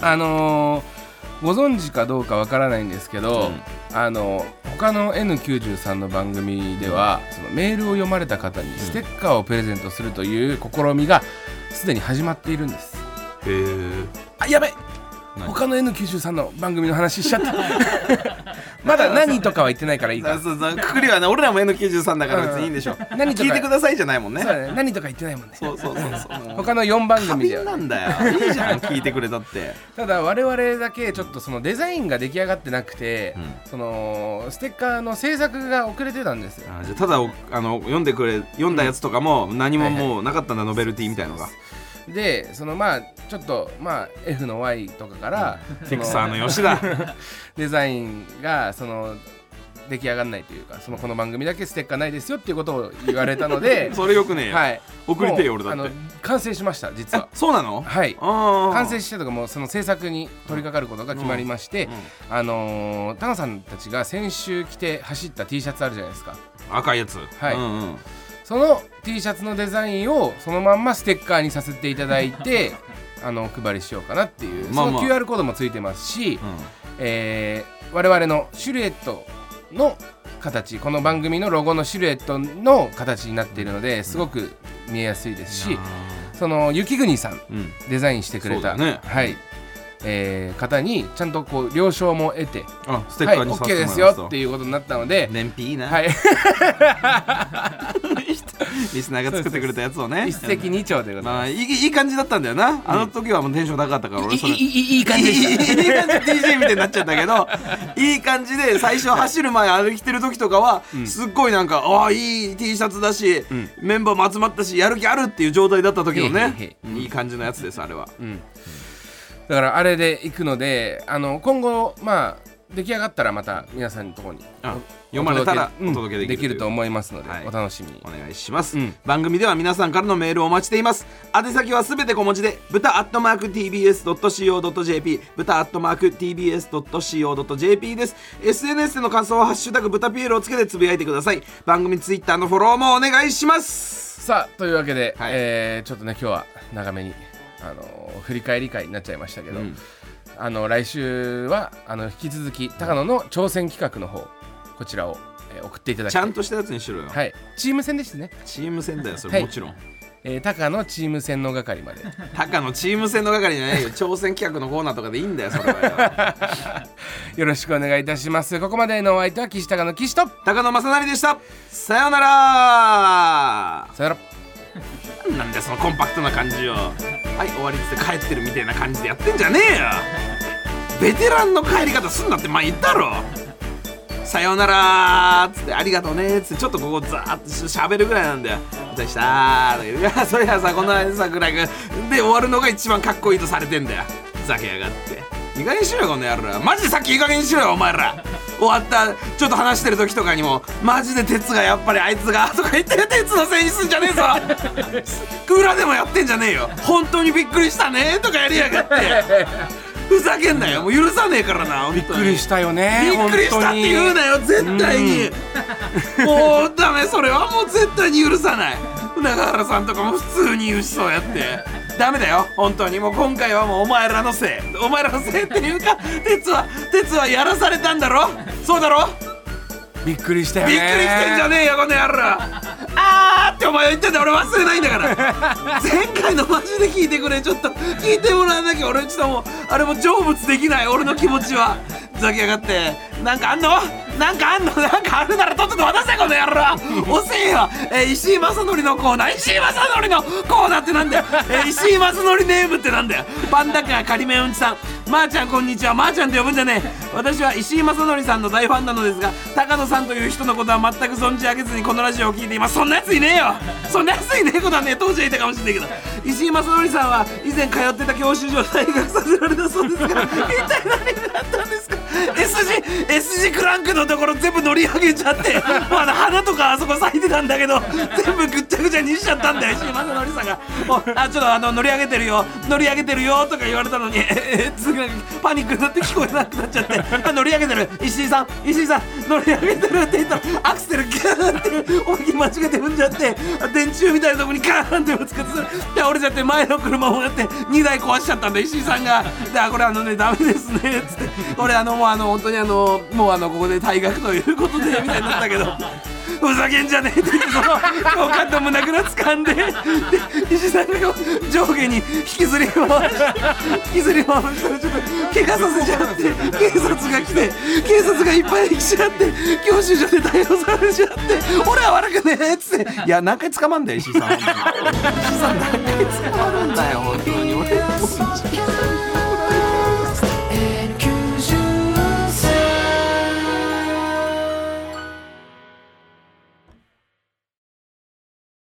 S2: あのーご存知かどうかわからないんですけど、あの他の N93 の番組ではそのメールを読まれた方にステッカーをプレゼントするという試みがすでに始まっているんです
S3: へえ
S2: あやべ
S3: 何
S2: 他の N93 の番組の話しちゃった まだ何とかは言ってないからいいか
S3: そうそうくくりはね俺らも N93 だから別にいいんで しょ
S2: ん何とか
S3: 聞いてくださいじゃないもんね
S2: そうだね何とか言ってないもんね
S3: そうそうそうそうもう
S2: 他の4番
S3: 過
S2: 組
S3: 敏
S2: では
S3: なんだよいいじゃん聞いてくれたって
S2: ただ我々だけちょっとそのデザインが出来上がってなくて、
S3: うん
S2: そのステッカーの制作が遅れてたんですよ
S3: あじゃあただおあの読んでくれ読んだやつとかも何ももうなかったんだノベルティみたいのが
S2: でそのまあちょっとまあ F の Y とかからそ
S3: テクサ
S2: の
S3: ーの吉田
S2: デザインがその出来上がらないというかそのこの番組だけステッカーないですよっていうことを言われたので
S3: それよくねえよ
S2: はい
S3: 送りてえよ
S2: もう
S3: 俺だっ
S2: あ
S3: て
S2: の完成しました実は
S3: あそうなの
S2: はい
S3: 完
S2: 完成してとかもうその制作に取り掛かることが決まりまして、
S3: うんうん
S2: あのー、タナさんたちが先週着て走った T シャツあるじゃないですか
S3: 赤いやつ
S2: はい
S3: うんうん
S2: その T シャツのデザインをそのまんまステッカーにさせていただい てあのお配りしようかなっていう、
S3: まあまあ
S2: その QR コードもついてますし、
S3: うん
S2: えー我々のシルエットの形この番組のロゴのシルエットの形になっているのですごく見えやすいですし、その雪国さん
S3: うん
S2: デザインしてくれた、
S3: そうだね
S2: はいえー方にちゃんとこう了承も得て
S3: あステッカーに
S2: はい、
S3: さ
S2: OK
S3: せて
S2: で
S3: も
S2: す
S3: らいま
S2: よ
S3: すと
S2: っていうことになったので、
S3: 燃費いいな
S2: はい
S3: リスナーが作ってくれたやつをね
S2: 一石二鳥でござい
S3: ま
S2: ます。
S3: あいいいい感じだったんだよなあの時はもうテンション高かったから俺それ
S2: いい感
S3: いいいい感じ DJ みたいになっちゃった けどいい感じで最初走る前歩いてる時とかは、すっごいなんかああいい T シャツだし、メンバーも集まったしやる気あるっていう状態だった時のね
S2: へいへいへ
S3: いい感じのやつですあれは、
S2: だからあれで行くのであの今後まあ出来上がったらまた皆さんのところに
S3: あ
S2: お
S3: 読まれたら
S2: 届け
S3: お届け
S2: う
S3: で
S2: ん
S3: きる,、
S2: できると思いますので、
S3: はい
S2: お楽しみに
S3: お願いします、
S2: うん
S3: 番組では皆さんからのメールをお待ちしています宛先はすべて小文字で豚アットマーク TBS.CO.JP 豚アットマーク TBS.CO.JP です SNS での感想は「ハッシュタグ豚ピエロ」をつけてつぶやいてください番組ツイッターのフォローもお願いします
S2: さあというわけで、
S3: はい
S2: えーちょっとね今日は長めにあの振り返り会になっちゃいましたけど、
S3: うん
S2: あの来週はあの引き続き高野の挑戦企画の方こちらを、えー送っていただき
S3: ち
S2: た
S3: ゃ
S2: い
S3: んとしたやつにしろよ、
S2: はい、チーム戦ですね、
S3: チーム戦だよそれ、
S2: はい
S3: もちろん
S2: えー、高野チーム戦の係まで
S3: タカのチーム戦の係じゃないよ挑戦企画のコーナーとかでいいんだよそれはよ
S2: よろしくお願いいたしますここまでのお相手は岸高野岸と
S3: 高野正成でしたさようなら
S2: さよなら
S3: なんでそのコンパクトな感じをはい終わりっつって帰ってるみたいな感じでやってんじゃねえよベテランの帰り方すんなって前言ったろさようならーっつってありがとうねーっつってちょっとここザーッとしゃべるぐらいなんだよでしたーいや そりゃさこの間さぐらいがで終わるのが一番かっこいいとされてんだよふざけやがっていい加減にしろよこの野郎マジでさっきいい加減にしろよお前ら終わったちょっと話してる時とかにもマジで鉄がやっぱりあいつがとか言って鉄のせいにすんじゃねえぞ裏でもやってんじゃねえよ本当にびっくりしたねとかやりやがってふざけんなよもう許さねえからな
S2: びっくり
S3: し
S2: したよね
S3: びっくりしたって言うなよ絶対に、 もうダメそれはもう絶対に許さない永原さんとかも普通に言うしそうやってダメだよ本当にもう今回はもうお前らのせいお前らのせいっていうか鉄は鉄はやらされたんだろそうだろ
S2: びっくりしたよね
S3: びっくりしてんじゃねえよこの野郎あーってお前は言ってんだ俺忘れないんだから前回のマジで聞いてくれちょっと聞いてもらわなきゃ俺ちょっともうあれも成仏できない俺の気持ちはふざけやがってなんかあんのなんかあんのなんかあるならとっとと渡せこの野郎遅えよ、えー石井正則のコーナー石井正則のコーナーってなんだよ、えー石井正則ネームってなんだよパンダカー仮面うんちさんまー、ちゃんこんにちはまー、ちゃんって呼ぶんじゃねえ私は石井正則さんの大ファンなのですが高野さんという人のことは全く存じ上げずにこのラジオを聞いていますそんなやついねえよそんなやついねえことはね当時はいたかもしれないけど石井正則さんは以前通ってた教習所を退学させられたそうですが一体何になったんですか S 字 S 字クランクのところ全部乗り上げちゃってまだ花とかあそこ咲いてたんだけど全部ぐっちゃぐちゃにしちゃったんだよ石井正則さんが「おあちょっとあの乗り上げてるよ乗り上げてるよ」とか言われたのに すぐパニックになって聞こえなくなっちゃって「あ乗り上げてる石井さん石井さん乗り上げてる」って言ったらアクセルギャーって思いっきり間違えて踏んじゃって電柱みたいなとこにガーンってぶつかってそれで折れちゃって前の車もやって2台壊しちゃったんだ石井さんが「であこれあのねダメですね」っつって「俺あのもうあの本当にあのもうあのここで退学ということで」みたいになったけど。ふざけんじゃねえって言ってその好感度もなくな掴んでで石井さんがこう上下に引きずり回して引きずり回したらちょっと怪我させちゃって警察が来て警察がいっぱい来ちゃって教習所で逮捕されちゃって俺は悪くねえっつっていや何回捕まんだよ石井さん本当に石井さん何回捕まるんだよ本当に俺